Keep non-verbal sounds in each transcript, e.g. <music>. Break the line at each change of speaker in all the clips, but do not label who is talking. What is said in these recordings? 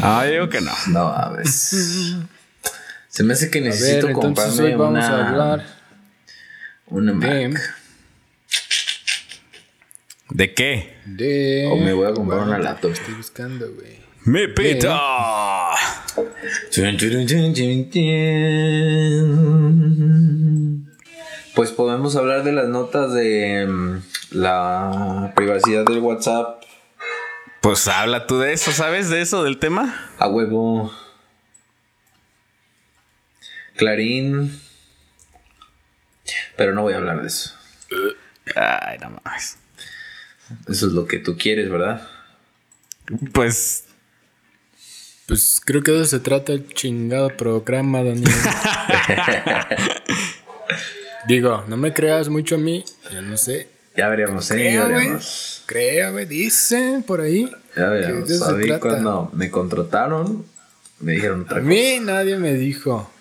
Ah, digo que no.
No mames.
<laughs>
Se me hace que
A ver,
necesito
entonces hoy
comprarme
vamos
una.
a hablar
Una Mac.
de.
¿De qué?
de
O me voy a comprar
Bueno,
una laptop.
Estoy buscando, güey.
¡Me pita!
Chun, chun, chun, chun, chun. Pues podemos hablar de las notas de mm, la privacidad del WhatsApp.
Pues habla tú de eso, ¿sabes de eso, del tema?
A huevo. Clarín. Pero no voy a hablar de eso.
Ay, no mames.
Eso es lo que tú quieres, ¿verdad?
Pues
Pues creo que de eso se trata el chingado programa, <laughs> Daniel. Digo, no me creas mucho a mí. Yo no sé.
Ya veremos, ¿eh? Ya
Creo, güey.
veremos.
Creo, güey. Dicen por ahí.
Ya
Que de
veremos.
eso
A
se
mí
trata.
cuando me contrataron, me dijeron
A
otra cosa. <laughs>
mí nadie me dijo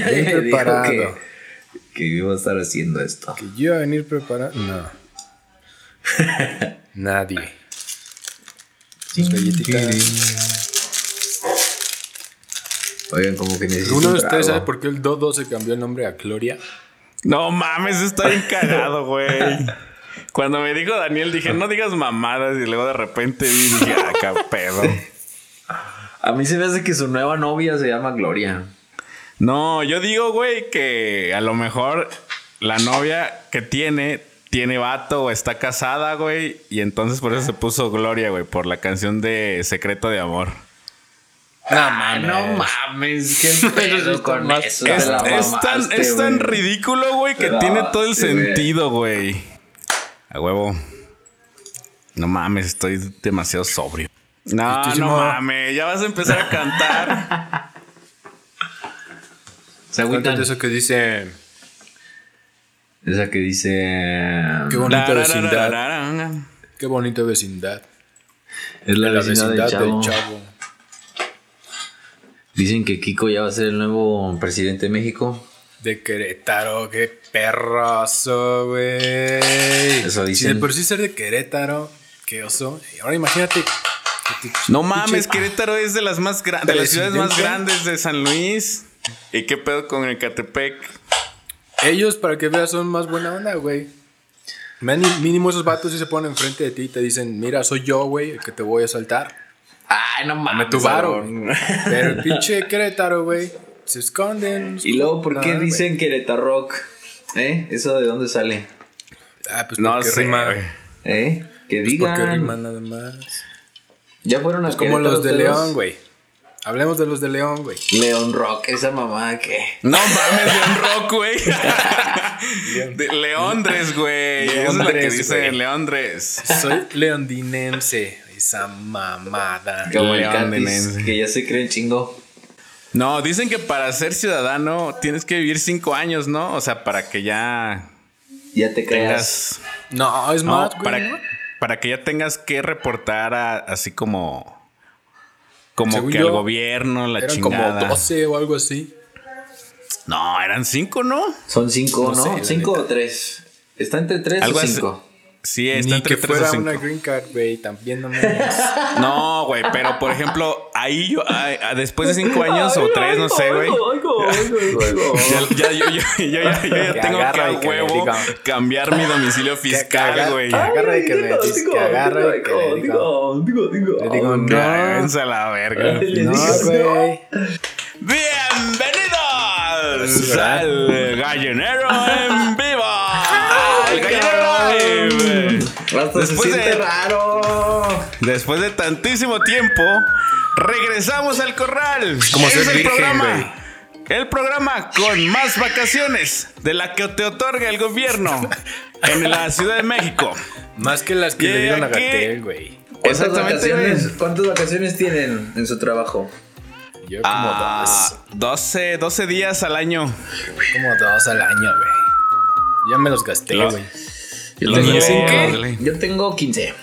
Me dijo
preparado.
que, que iba a estar haciendo esto.
que yo iba a venir preparado. <laughs> No. nadie. Sus galletitas.
Oigan, como que necesito.
¿Alguno
un
de ustedes
trago.
sabe por qué el Dodo se cambió el nombre a Gloria?
no mames, está bien cagado, güey. Cuando me dijo Daniel dije, no digas mamadas y luego de repente vi dije, ah, qué pedo.
A mí se me hace que su nueva novia se llama Gloria.
No, yo digo, güey, que a lo mejor la novia que tiene tiene vato o está casada, güey, y entonces por eso se puso Gloria, güey, por la canción de Secreto de Amor.
No
Ah,
mames.
no mames, qué pedo con
más
eso.
que-
te
Es,
la
es tan,
mamaste,
es tan
güey.
ridículo, güey, que
Te la
tiene todo el
mamaste, güey.
sentido, güey. A huevo. No mames, estoy demasiado sobrio. No,
Tristísimo.
no mames, ya vas a empezar a <laughs> cantar.
Se
Cuéntate
agüitan.
eso que dice.
Esa que dice.
Qué bonita vecindad. Qué bonita vecindad.
Es la, vecindad, del chavo.
chavo.
Dicen que Kiko ya va a ser el nuevo presidente de México.
De Querétaro, qué perrazo, güey.
Eso
Si de
dicen.
por sí ser de Querétaro, qué oso. Y ahora imagínate. que tu ch-
No
tu
mames,
ch-
Querétaro es de las más grandes, de las ciudades más
Presidente.
grandes de San Luis. ¿Y qué pedo con el Catepec?
Ellos, para que veas, son más buena onda, güey. Mani- Mínimo esos vatos sí se ponen enfrente de ti y te dicen, mira, soy yo, güey, el que te voy a saltar.
Ay, no mames.
tu varo.
cabrón.
Pero el pinche Querétaro, güey, se esconden.
<laughs> Y luego, ¿por qué
Nada, Ah, güey.
dicen Querétaro Rock? ¿Eh? ¿Eso de dónde sale?
Ah, pues
No
porque
sé,
rima,
güey.
¿Eh? Que
Pues porque
digan.
rima nada más.
ya fueron a
Como
Querétaro
los de
ustedes?
León, güey. Hablemos de los de León, güey.
León Rock, esa mamá que.
No mames, León Rock,
<laughs>
güey. De Leondres, güey. Esa es la que
Leondres,
dice
güey.
Leondres. <laughs>
Soy leondinense. Esa mamada.
Como el
León
Cantis,
Denense.
que ya se creen chingo.
No, dicen que para ser ciudadano tienes que vivir cinco años, ¿no? O sea, para que ya
Ya te
tengas.
creas.
No, es
No,
más, güey.
para, para que ya tengas que reportar a- así como. Como
Según
que
yo,
al gobierno, la
Eran
chingada.
como 12 o algo así.
No, eran cinco, ¿no?
Son cinco,
No
¿no?
sé, la
cinco
neta.
o tres. Está entre tres
Algo
o
así.
cinco.
Sí, está
Ni
entre
que
tres o
fuera
cinco.
una green card, güey. También
<laughs>
no me.
No, güey, pero por ejemplo, ahí yo, ay, ah, después de cinco años o tres, no sé, güey.
<laughs>
Ya, ya- yo, yo- yo- yo- yo ya
Que
tengo que
agarra
a
y que le
huevo
diga.
cambiar mi domicilio fiscal, güey.
Que agarra y que le dis- que agarra y que le diga. Le digo, no.
Cállense a la verga.
No, güey.
Bienvenidos
¿verdad?
al gallinero en vivo. Al gallinero live.
Hasta se
Después de-
siente raro.
Después de tantísimo tiempo, regresamos al corral.
como
Es
ser
el
virgen,
programa. El programa con más vacaciones de la que te otorga el gobierno en la Ciudad de México.
Más que las que le dieron a
¿Qué?
Gatel, güey.
¿Cuántas
Exactamente,
vacaciones, ¿Cuántas vacaciones tienen en su trabajo?
Yo como
Ah,
dos.
12, 12 días al año.
Como dos al año, güey. Ya me los gasté,
Lo-
güey.
Yo
Los
tengo,
llevo,
¿qué?
ándale.
Yo tengo 15.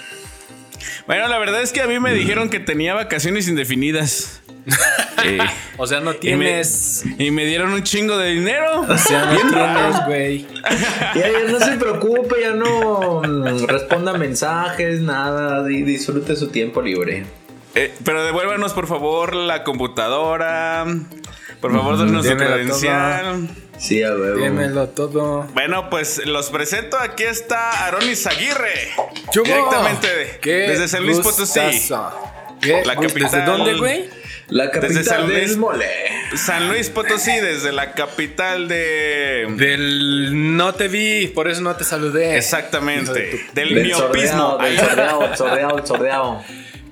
Bueno, la verdad es que a mí me dijeron que tenía vacaciones
<laughs>
indefinidas. Eh,
O sea, no
y, me,
tienes.
y me dieron un chingo de dinero.
O sea, no
Bien raro.
tienes, güey.
Ya, ya no se preocupe, ya no mm, responda mensajes, nada. di- Disfrute su tiempo libre.
Eh, pero devuélvanos, por favor, la computadora. Por favor, denos su
dímelo
credencial.
Sí, a huevo.
Dímelo todo.
Bueno, pues los presento. Aquí está Aaron Izaguirre.
¡Chubo!
Directamente de-
¡Qué
desde San Luis Potosí.
gustazo! ¿Qué?
La
gust- ¿Desde
capital.
dónde, güey?
La
San
capital
Luis.
del mole.
San Luis Potosí, desde la capital de.
Del no te vi, por eso no te saludé. Hijo de
Exactamente.
tu-
Del,
Del
miopismo.
sordeado, del
Ahí-
sordeado, sordeado, sordeado.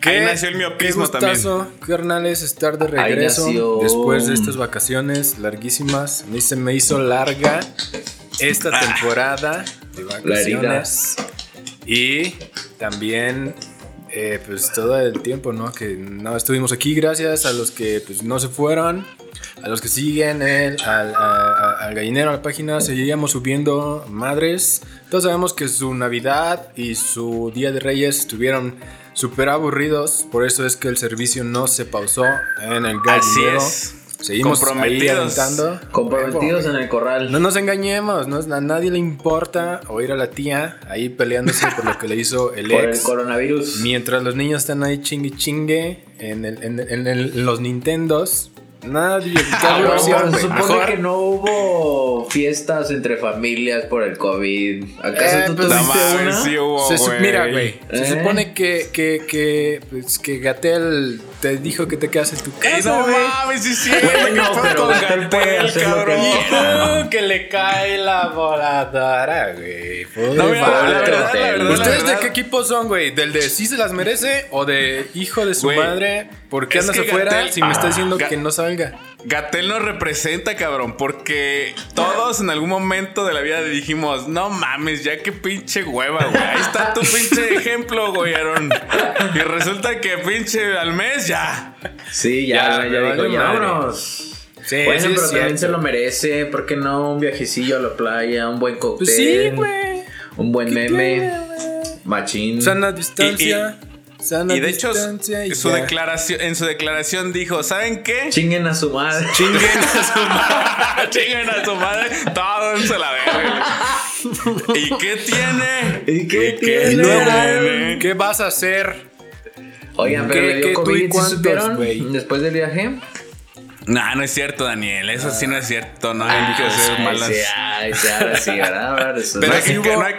Ahí nació el miopismo
qué gustazo, carnales, estar de
Ahí nació.
regreso después de estas vacaciones larguísimas. A mí se me hizo larga esta
Ah.
temporada de vacaciones. Y también, eh, pues todo el tiempo, ¿no? Que no estuvimos aquí, gracias a los que pues, no se fueron. A los que siguen el, al, a- a- al gallinero, a la página, seguíamos subiendo madres. Todos sabemos que su Navidad y su Día de Reyes estuvieron súper aburridos. Por eso es que el servicio no se pausó en el
Así
gallinero.
es.
Seguimos ahí
Comprometidos.
aventando.
Comprometidos en el
No
corral.
nos engañemos, no, a nadie le importa oír a la tía ahí peleándose por lo que le hizo
<laughs>
el
Por el
ex.
coronavirus.
Mientras los niños están ahí chingue chingue en, el- en- en- en los Nintendos,
<laughs>
nadie. ¿Qué
Ah, bueno,
Pero
aburrición,
se
güey.
supone
Mejor-
que no hubo fiestas entre familias por el COVID. ¿Acaso
Eh,
tú
pues,
No
tuviste
mames,
una?
Ah, sí hubo,
Se su- mira, güey.
¿Eh?
Se supone que, que, que, pues, que Gatel te dijo que te quedas en tu
Ey,
casa,
no
güey.
mames, sí, sí, güey,
Bueno,
¿qué fue
pero
con
usted puede
Gatel,
hacer lo que
cabrón?
quiera.
Uh, <laughs> que le cae la voladora, güey. Pobre
No, mira, la
Pobre
verdad, la
Gatel.
verdad, la
¿Ustedes de
verdad.
qué equipo son, güey? ¿Del de sí se las merece o de hijo de su
Güey,
madre? ¿Por qué
es
andas
que
afuera
Gatell-
si me está diciendo
Ga-
que no salga?
Gatel nos representa, cabrón, porque todos en algún momento de la vida dijimos, no mames, ya que pinche hueva, güey. Ahí está tu pinche ejemplo, güey, Aaron. Y resulta que pinche al mes ya.
Sí,
Ya,
ya, ya,
me vale
dijo, ya
madre.
vámonos.
Sí,
bueno,
sí es
pero también
cierto.
se lo merece. ¿Por qué no? Un viajecillo a la playa, un buen cóctel.
Pues sí, güey.
Un buen
¿Qué
meme.
tiene, güey?
Machín.
Sana distancia. sana
Mm. Y de hecho,
distancia y
su
ya.
declaración, en su declaración dijo, ¿saben qué?
Chinguen a su madre.
<laughs> Chinguen a su madre. Chinguen a su madre. Todos se la ven. ¿Y qué tiene?
¿Y qué
Y
tiene?
luego, ¿qué vas a hacer?
Oigan, pero
¿Qué-
le dio
qué, tú y
COVID, ¿sí
cuántos,
supieron?
güey?
Después del viaje.
No, no es cierto, Daniel. Eso sí no es cierto. No
Ah,
hay que hacer
Ay,
malas.
sí, ay, sí, ahora sí, ¿verdad? Ahora resulta.
Pero
No
hay que,
sí hubo-
no hay,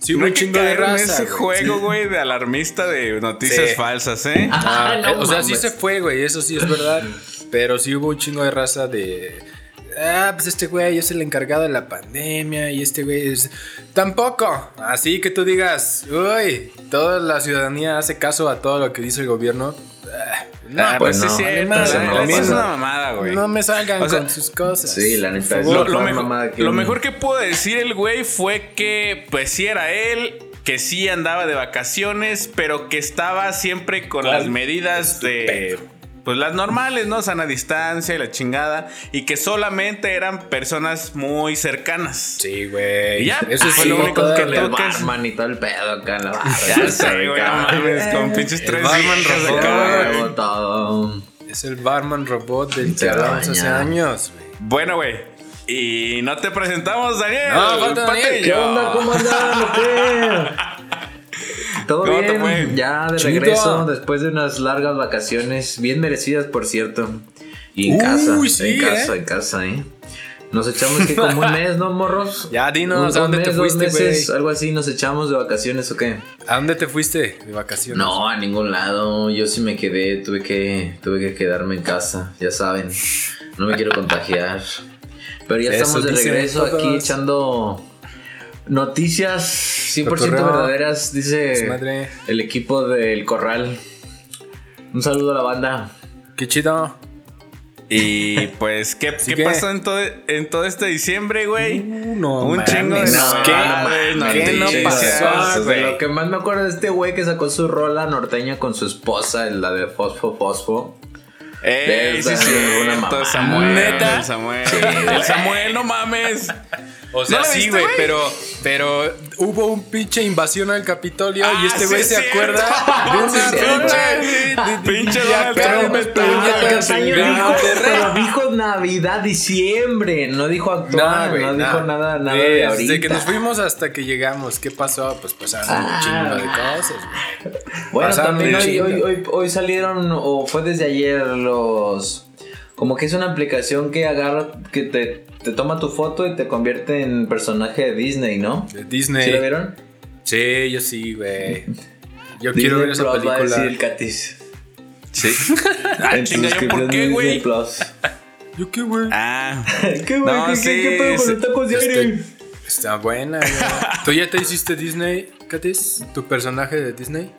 Sí,
no
hubo
hay
un
que
chingo de
caer en
raza.
ese
güey.
juego, güey, de alarmista de noticias
Sí.
falsas, ¿eh?
Ah,
Ah,
no
eh, o sea, sí
mames.
se fue, güey, eso sí es verdad. pero sí hubo un chingo de raza de. Ah, pues este güey es el encargado de la pandemia y este güey es. Tampoco. Así que tú digas, uy, toda la ciudadanía hace caso a todo lo que dice el gobierno. Ah, no,
Ah, pues
pues
sí,
no.
es cierto. ¿eh?
Además,
no,
Eso es
pues no.
una mamada, güey.
no me salgan
O sea,
con sus cosas.
sí, la neta,
Por
es
favor.
lo,
Lo
lo
peor
mejor,
mamada que-
lo mejor que pudo decir el güey fue que, pues sí era él, que sí andaba de vacaciones, pero que estaba siempre con
Claro.
las medidas
Este
de. Pues las normales, ¿no? Sana distancia y la chingada. Y que solamente eran personas muy cercanas.
Sí, güey.
Y ya,
Eso
fue
sí,
lo único
toda
que
la-
El
tocas.
barman y todo el pedo acá en la barra.
<laughs> Ya sé, güey, no
cabrón.
mames, con pinches
El
tres
Batman
hijas de
robó,
cabrón, güey.
Todo, todo.
Es el barman robot del que
Se la
hablamos hace
baña.
años, güey.
Bueno, güey. Y no te presentamos, Daniel.
No, falta Daniel.
Patiño.
¿Qué onda? ¿Cómo andan? ¿O qué? Todo
¿Cómo te fue?
bien, ya de
Chido.
regreso después de unas largas vacaciones, bien merecidas por cierto. Y en
Uy,
casa,
sí,
en casa,
¿eh?
en casa, ¿eh? Nos echamos que
<laughs>
como un mes, ¿no, morros?
Ya, dinos,
Un-
¿a
un
dónde te
mes, dos
fuiste,
meses,
güey?
Algo así, nos echamos de vacaciones o qué?
¿A dónde te fuiste de vacaciones?
No, a ningún lado. Yo sí me quedé, tuve que, tuve que quedarme en casa, ya saben. No me quiero contagiar. Pero ya
Eso
estamos de
dicen
regreso
todos.
aquí echando noticias 100%
Cotorreo.
verdaderas, dice
Desmadre.
el equipo del Corral. Un saludo a la banda.
Qué chido.
Y pues, ¿qué,
Así
qué
que-
pasó en todo, en todo este diciembre, güey?
Uh, no
Un
mames,
chingo de
¿qué?
novedades,
No, ¿qué no
noticias,
pasó,
De
güey.
Lo que más me acuerdo es este güey que sacó su rola norteña con su esposa, la de Fosfo Fosfo.
Ey, sí,
Desde
Eh, sí,
alguna mamá.
Samuel.
¿Neta?
El Samuel.
Sí,
el
güey.
Samuel, no mames.
O sea,
¿No la
sí,
viste,
güey,
güey?
pero, pero hubo un pinche invasión al Capitolio
Ah,
y este
sí
güey
es
se
cierto.
acuerda
<laughs>
de
Sí
una
es cierto.
pinche.
Pinche
Ya,
Donald
pero-
Trump está-
pero-
Ah,
pero-
Castaño
pero-
dijo,
pero-
pero dijo Navidad, diciembre. No dijo
Nah,
actual,
güey,
no dijo
nah.
nada, nada
Desde
de ahorita.
que nos fuimos hasta que llegamos, ¿qué pasó? Pues pasaron
Ah.
un chingo de cosas, güey.
Bueno,
Pasaron
también
un
hoy,
chingo.
hoy, hoy- hoy salieron, o fue desde ayer, los. Como que es una aplicación que agarra, que te, te toma tu foto y te convierte en personaje de Disney, ¿no?
De Disney.
¿Sí lo vieron?
Sí, yo sí, güey. Yo quiero
Disney
ver esa
Plus va a decir el
película.
Catis.
Sí. Ah,
En su
chinga, ¿yo
suscripción
por qué,
de
güey?
Disney Plus. <laughs>
Yo qué, güey.
Ah.
¿Qué, güey?
No,
¿Qué,
sí,
qué, qué pedo con
sí.
los tacos de
Este-
aire?
Está buena, güey. ¿Tú ya te hiciste Disney, Catis? ¿Tu personaje de Disney?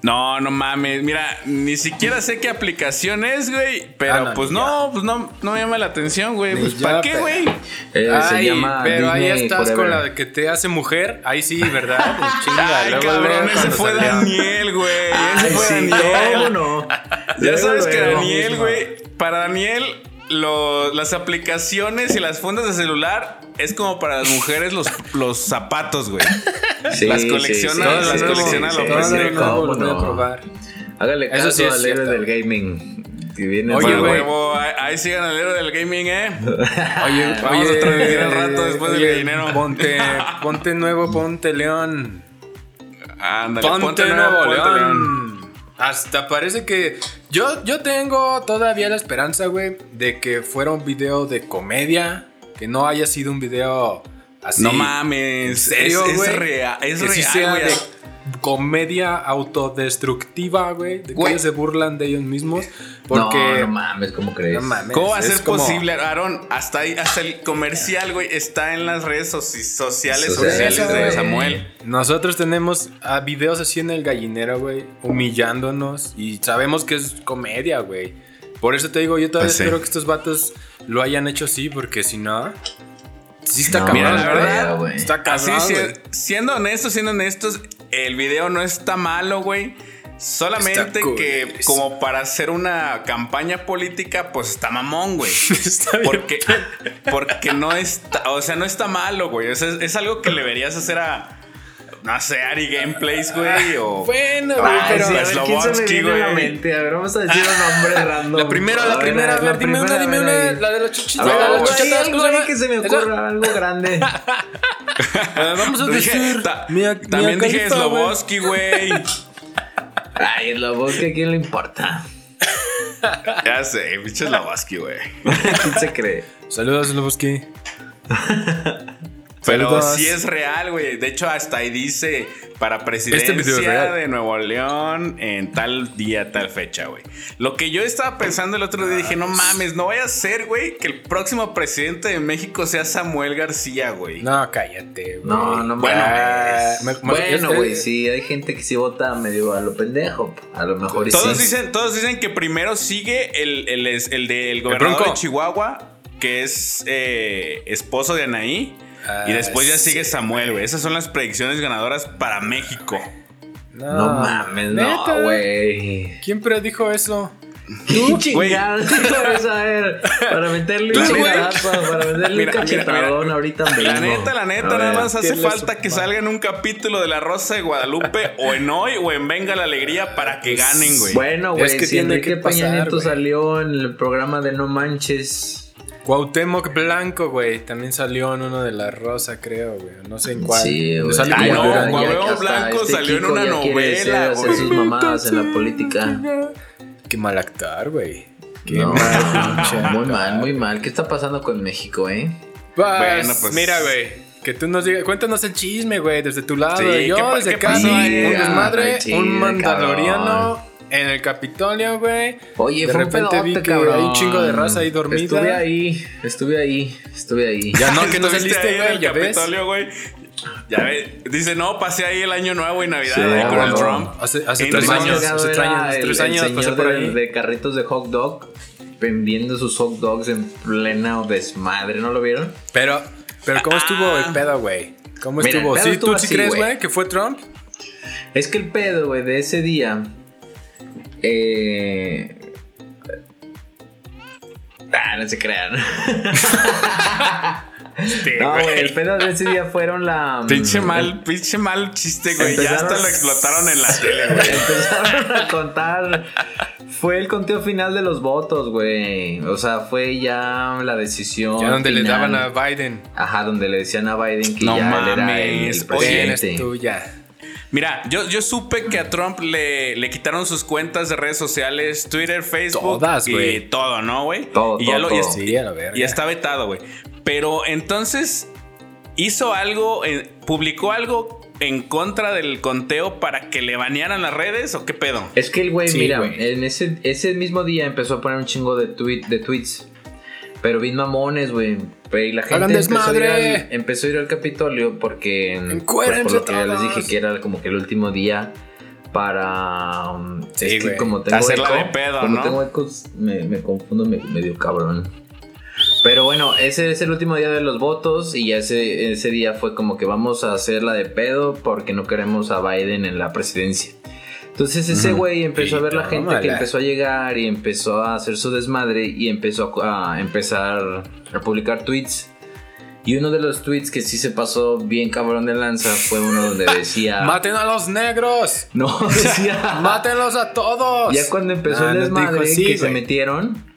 No, no mames. Mira, ni siquiera sé qué aplicación es, güey. Pero
Ah, no,
pues
ni
no, pues no, no me llama la atención, güey.
Ni
Pues
yo,
¿para qué,
pero-
güey?
Eh, se
Ay,
llama
pero ahí
Disney
estás
Forever.
con la que te hace mujer. Ahí sí, ¿verdad? Pues Chinga,
Ay,
luego, luego
cabrón, ese
cuando
fue
salga.
Daniel, güey. Ese
Ay,
fue
sí,
Daniel.
¿cómo
<laughs>
no?
Ya
Luego,
sabes que
luego.
Daniel, güey, para Daniel, lo- las aplicaciones y las fundas de celular es como para las mujeres los, los zapatos, güey.
Sí,
Las
sí,
colecciona,
sí,
las
sí, sí,
colecciona
sí,
lo
sí,
No, no,
sí,
pendejo.
no, no,
cómo
lo voy a
no.
probar.
Hágale
Eso
caso
sí es
al héroe
cierto.
del gaming. Que viene
Oye,
para-
Bueno,
güey.
huevo, ahí, ahí sigan el héroe del gaming, ¿eh?
Oye,
Vamos a transmitir al rato después del gallinero.
Ponte, ponte nuevo, ponte león.
Ándale,
Ponte,
ponte,
nuevo,
nuevo, ponte león.
león. Hasta parece que yo, yo tengo todavía la esperanza, güey, de que fuera un video de comedia, que no haya sido un video así.
No mames,
¿En serio,
es,
güey?
es real, es
que sí sea
real, güey.
de comedia autodestructiva, güey, de que
Güey.
ellos se burlan de ellos mismos, porque
No, no mames, ¿cómo crees?
No mames.
¿Cómo va a
es
ser
como-
posible, Aaron? Hasta, ahí- hasta el comercial, güey, está en las redes soci- sociales
Sociales,
oficiales de
güey.
Samuel.
Nosotros tenemos ah, videos así en el gallinero, güey, humillándonos y sabemos que es comedia, güey. Por eso te digo, yo todavía
Pues sí.
espero que estos vatos lo hayan hecho así, porque si no, sí está
No,
cabrón.
mira, la
güey.
verdad, güey.
está
Así,
cabrón.
si-
güey.
siendo honestos, siendo honestos, el video no está malo, güey. Solamente
Está cool,
que
eso.
como para hacer una campaña política, pues está mamón, güey.
<laughs> Está bien.
Porque, porque no está, o sea, no está malo, güey. Es, es algo que le deberías hacer a, no sé, Ari Gameplays, güey, o...
Bueno, güey,
Ay,
pero
sí,
a ver, ¿quién se me
Slobodsky,
viene a la
güey.
mente? A ver, vamos a decir un nombre random.
la primera, la
A ver,
primera, a ver,
la
dime una,
primera,
dime
a ver,
una,
ahí.
la de los chuchitos,
A
la
ver,
de
algo
los
ahí,
chuchitas,
algo
¿cómo se
ahí
llama?
que se me
Esa-
ocurra, algo grande.
Ah, Vamos a
Dije,
decir,
ta-
Mia-
también
Mia
dije
Khalifa, güey.
Sloboski,
<laughs>
güey.
<laughs> Ay, la voz que a quién le importa. <laughs>
ya sé, pinche Sloboski, güey.
¿Quién se cree?
Saludos, Sloboski.
Pero
Saludos.
sí es real, güey. De hecho, hasta ahí dice para presidencia
Este video es real.
de Nuevo León en tal día, tal fecha, güey. Lo que yo estaba pensando el otro día, dije, no mames, no vaya a ser, güey, que el próximo presidente de México sea Samuel García, güey.
No, cállate, güey.
No, no
Bueno,
mames.
me- me-
Bueno,
este-
güey, sí, hay gente que sí vota medio a lo pendejo. A lo mejor y
Todos
sí.
dicen, todos dicen que primero sigue el, el, es- el del gobernador
Bronco.
de Chihuahua, que es eh, esposo de Anaí.
Ah,
y después ya sigue
sí,
Samuel, güey. Esas son las predicciones ganadoras para México.
No
"Ah,
mames,
neta.
no, güey.
Ah, ¿Quién predijo eso?
¿Qué chingados sabes a ver? Para meterle un
Tú, güey.
chingadazo, para meterle
Mira, mira,
un cachetadón
mira.
ahorita mismo.
La neta, la
A
neta, nada
ver.
más hace
Tiene
falta
su
que
madre.
salga en un capítulo de La Rosa de Guadalupe o en Hoy o en Venga la Alegría para que ganen, güey.
Bueno, güey,
Es que
si
tiene
Enrique
que pasar,
Peña Nieto
güey.
salió en el programa de No Manches.
Cuauhtémoc Blanco, güey. También salió en uno de La Rosa, creo, güey. No sé en cuál.
Sí, güey.
Sale
Ay,
como
no,
Durán.
güey. Guabeo
ya hasta este
Blanco salió en una
ya quiere
novela,
ser- hacer
güey.
sus mamadas en la política.
Qué mal actuar, güey. Qué
No,
mal pinche
muy
actuar.
mal, muy mal. ¿Qué está pasando con México, eh?
Pues,
Bueno, pues-
Mira, güey. Que tú nos digas, cuéntanos el chisme, güey, desde tu lado.
Sí,
y yo
¿qué pa-
desde
qué pasó
casa, un
ahí?
desmadre,
Ay, sí,
un
Ah, cabrón.
mandaloriano en el Capitolio, güey.
Oye,
de
fue
repente
un pedote,
vi que
cabrón.
hay un chingo de raza ahí dormida.
Estuve ahí, estuve ahí, estuve ahí.
Ya no, que no
Estuviste ahí
saliste,
en
güey,
el
ya ves.
Capitolio, güey. Ya ves. Dice, no, pasé ahí el año nuevo y Navidad
Sí,
ahí con el
bueno.
Trump.
Hace- hace
Y
tres
nos
años.
vamos-
hace tres
era
años,
el-
tres
el
años
señor
pasé por
de,
ahí.
de carritos de hot dog vendiendo sus hot dogs en plena desmadre, ¿no lo vieron?
Pero, pero ¿cómo estuvo
Ah.
el pedo, güey? ¿Cómo
Mira, el
estuvo?
pedo
¿Sí,
estuvo
¿Tú sí
así,
crees,
güey.
güey, que fue Trump?
Es que el pedo, güey, de ese día. Eh.
<laughs>
Ah, no se crean.
este,
No, güey, el
güey.
pedo de ese día fueron la. mm,
Pinche mal, pinche mal chiste, güey. Ya
Empezaron-
hasta lo explotaron en la tele, güey.
Empezaron a contar. Fue el conteo final de los votos, güey. O sea, fue ya la decisión.
Ya donde le
final.
daban a Biden.
Ajá, donde le decían a Biden que
No
ya él era
mames,
el
Tienes
presidente.
tuya.
Mira, yo, yo supe que a Trump le, le quitaron sus cuentas de redes sociales, Twitter, Facebook
Todas,
y
güey.
todo, ¿no, güey?
Todo,
y ya
todo,
lo- y
todo.
es-
Sí, a la verga.
y está vetado, güey. Pero entonces hizo algo, eh, publicó algo en contra del conteo para que le banearan las redes o qué pedo.
Es que el güey,
Sí,
mira,
güey.
en ese, ese mismo día empezó a poner un chingo de, tweet, de tweets. Pero bien mamones, güey. Y la gente
¡Hagan
empezó a, ir
desmadre!
al, empezó a ir al Capitolio porque. mm, pues,
¡Encuérrense
por lo que ya les
todos!
dije que era como que el último día para. um,
Sí,
es que
güey.
como tengo
Hacerla
eco,
de pedo,
como
¿no?
tengo ecos, me, me confundo me- medio cabrón. Pero bueno, ese es el último día de los votos y ya ese, ese día fue como que vamos a hacerla de pedo porque no queremos a Biden en la presidencia. Entonces ese
Mm,
güey empezó a ver la
Y
gente que
tómala.
empezó a llegar y empezó a hacer su desmadre y empezó a, a empezar a publicar tweets. Y uno de los tweets que sí se pasó bien cabrón de lanza fue uno donde
<laughs>
decía...
¡Maten a los negros!
<laughs> no,
<laughs>
decía...
¡Mátenlos a todos!
Ya cuando empezó
Nah,
el
Ah, no te dijo
desmadre
así,
que se
güey.
metieron,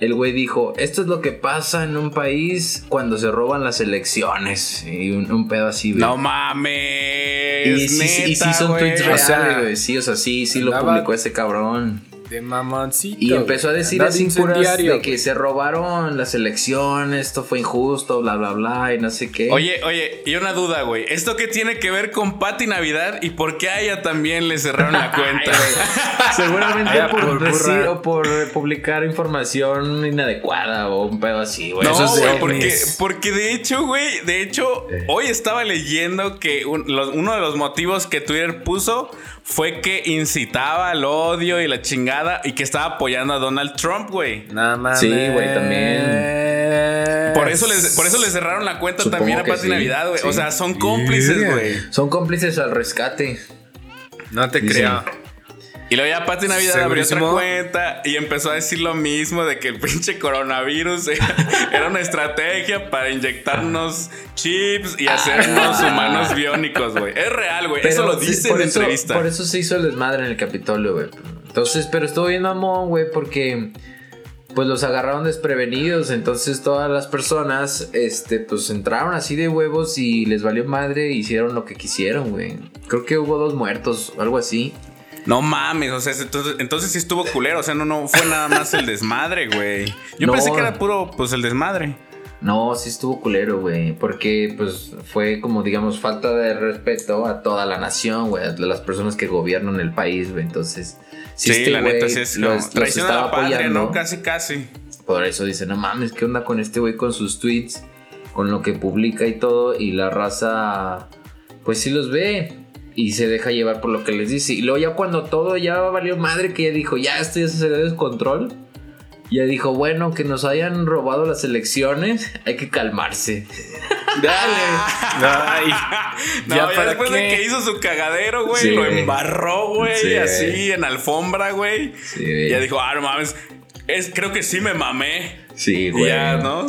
el güey dijo, esto es lo que pasa en un país cuando se roban las elecciones. Y un, un pedo así, güey.
No mames.
y, sí, sí- y sí
neta,
son
güey.
tweets
O
reales,
sea,
güey. Sí, o sea, sí, sí lo
andaba-
publicó ese cabrón.
De mamoncito.
Y empezó a decir
Andas
así puras de
incendiario,
que
güey.
se robaron las elecciones, esto fue injusto, bla, bla, bla, y no sé qué.
Oye, oye, y una duda, güey. ¿Esto qué tiene que ver con Pati Navidad y por qué a ella también le cerraron
<laughs>
la cuenta?
<laughs> Seguramente
Era
por,
por burra.
decir o por eh, publicar información inadecuada o un pedo así, güey.
No,
Pues, Eso es de
güey, porque,
ovnis.
porque de hecho, güey, de hecho,
Eh.
hoy estaba leyendo que un- los- uno de los motivos que Twitter puso fue que incitaba al odio y la chingada y que estaba apoyando a Donald Trump, güey.
No mames.
Sí, güey,
también.
Por eso, les, por eso le cerraron la cuenta
Supongo
también a
que
Pati
sí,
Navidad, güey. O
sí.
sea, son cómplices,
Yeah.
güey.
Son cómplices al rescate.
No te
Dicen.
creo.
Y luego ya Pati Navidad abrió
Segurísimo.
otra cuenta y empezó a decir lo mismo de que el <laughs> pinche coronavirus eh, era una estrategia para inyectarnos chips y hacernos humanos biónicos, güey. Es real, güey. Eso
Ah. Pero
lo
sí,
dice en la
eso-
entrevista.
Por eso se hizo el desmadre en el Capitolio, güey. Entonces, pero estuvo bien mamón, güey, porque pues los agarraron desprevenidos. Entonces todas las personas, este, pues entraron así de huevos y les valió madre e hicieron lo que quisieron, güey. Creo que hubo dos muertos, o algo así.
No mames, o sea, entonces, entonces sí estuvo culero. O sea, no, no fue nada más el desmadre, güey. Yo
No.
pensé que era puro, pues, el desmadre.
No, sí estuvo culero, güey. Porque, pues, fue como, digamos, falta de respeto a toda la nación, güey. A las personas que gobiernan el país, güey. Entonces,
Sí,
este
la
güey
neta sí es
los-
como
los
traición a
estaba
la patria,
apoyando.
¿no? Casi, casi.
Por eso dice, no mames, ¿qué onda con este güey con sus tweets? Con lo que publica y todo. Y la raza, pues sí los ve. Y se deja llevar por lo que les dice. Y luego ya cuando todo ya valió madre, que ya dijo, ya esto ya se descontrol. Ya dijo, bueno, que nos hayan robado las elecciones, <laughs> hay que calmarse.
Dale.
<laughs> Ay,
No,
¿Ya
ya
para
después de
qué?
que hizo su cagadero, güey,
Sí.
lo embarró, güey,
Sí.
así en alfombra, güey.
Sí,
Ya dijo, ah, no mames, es, creo que sí me mamé.
Sí,
Y ya, ¿no?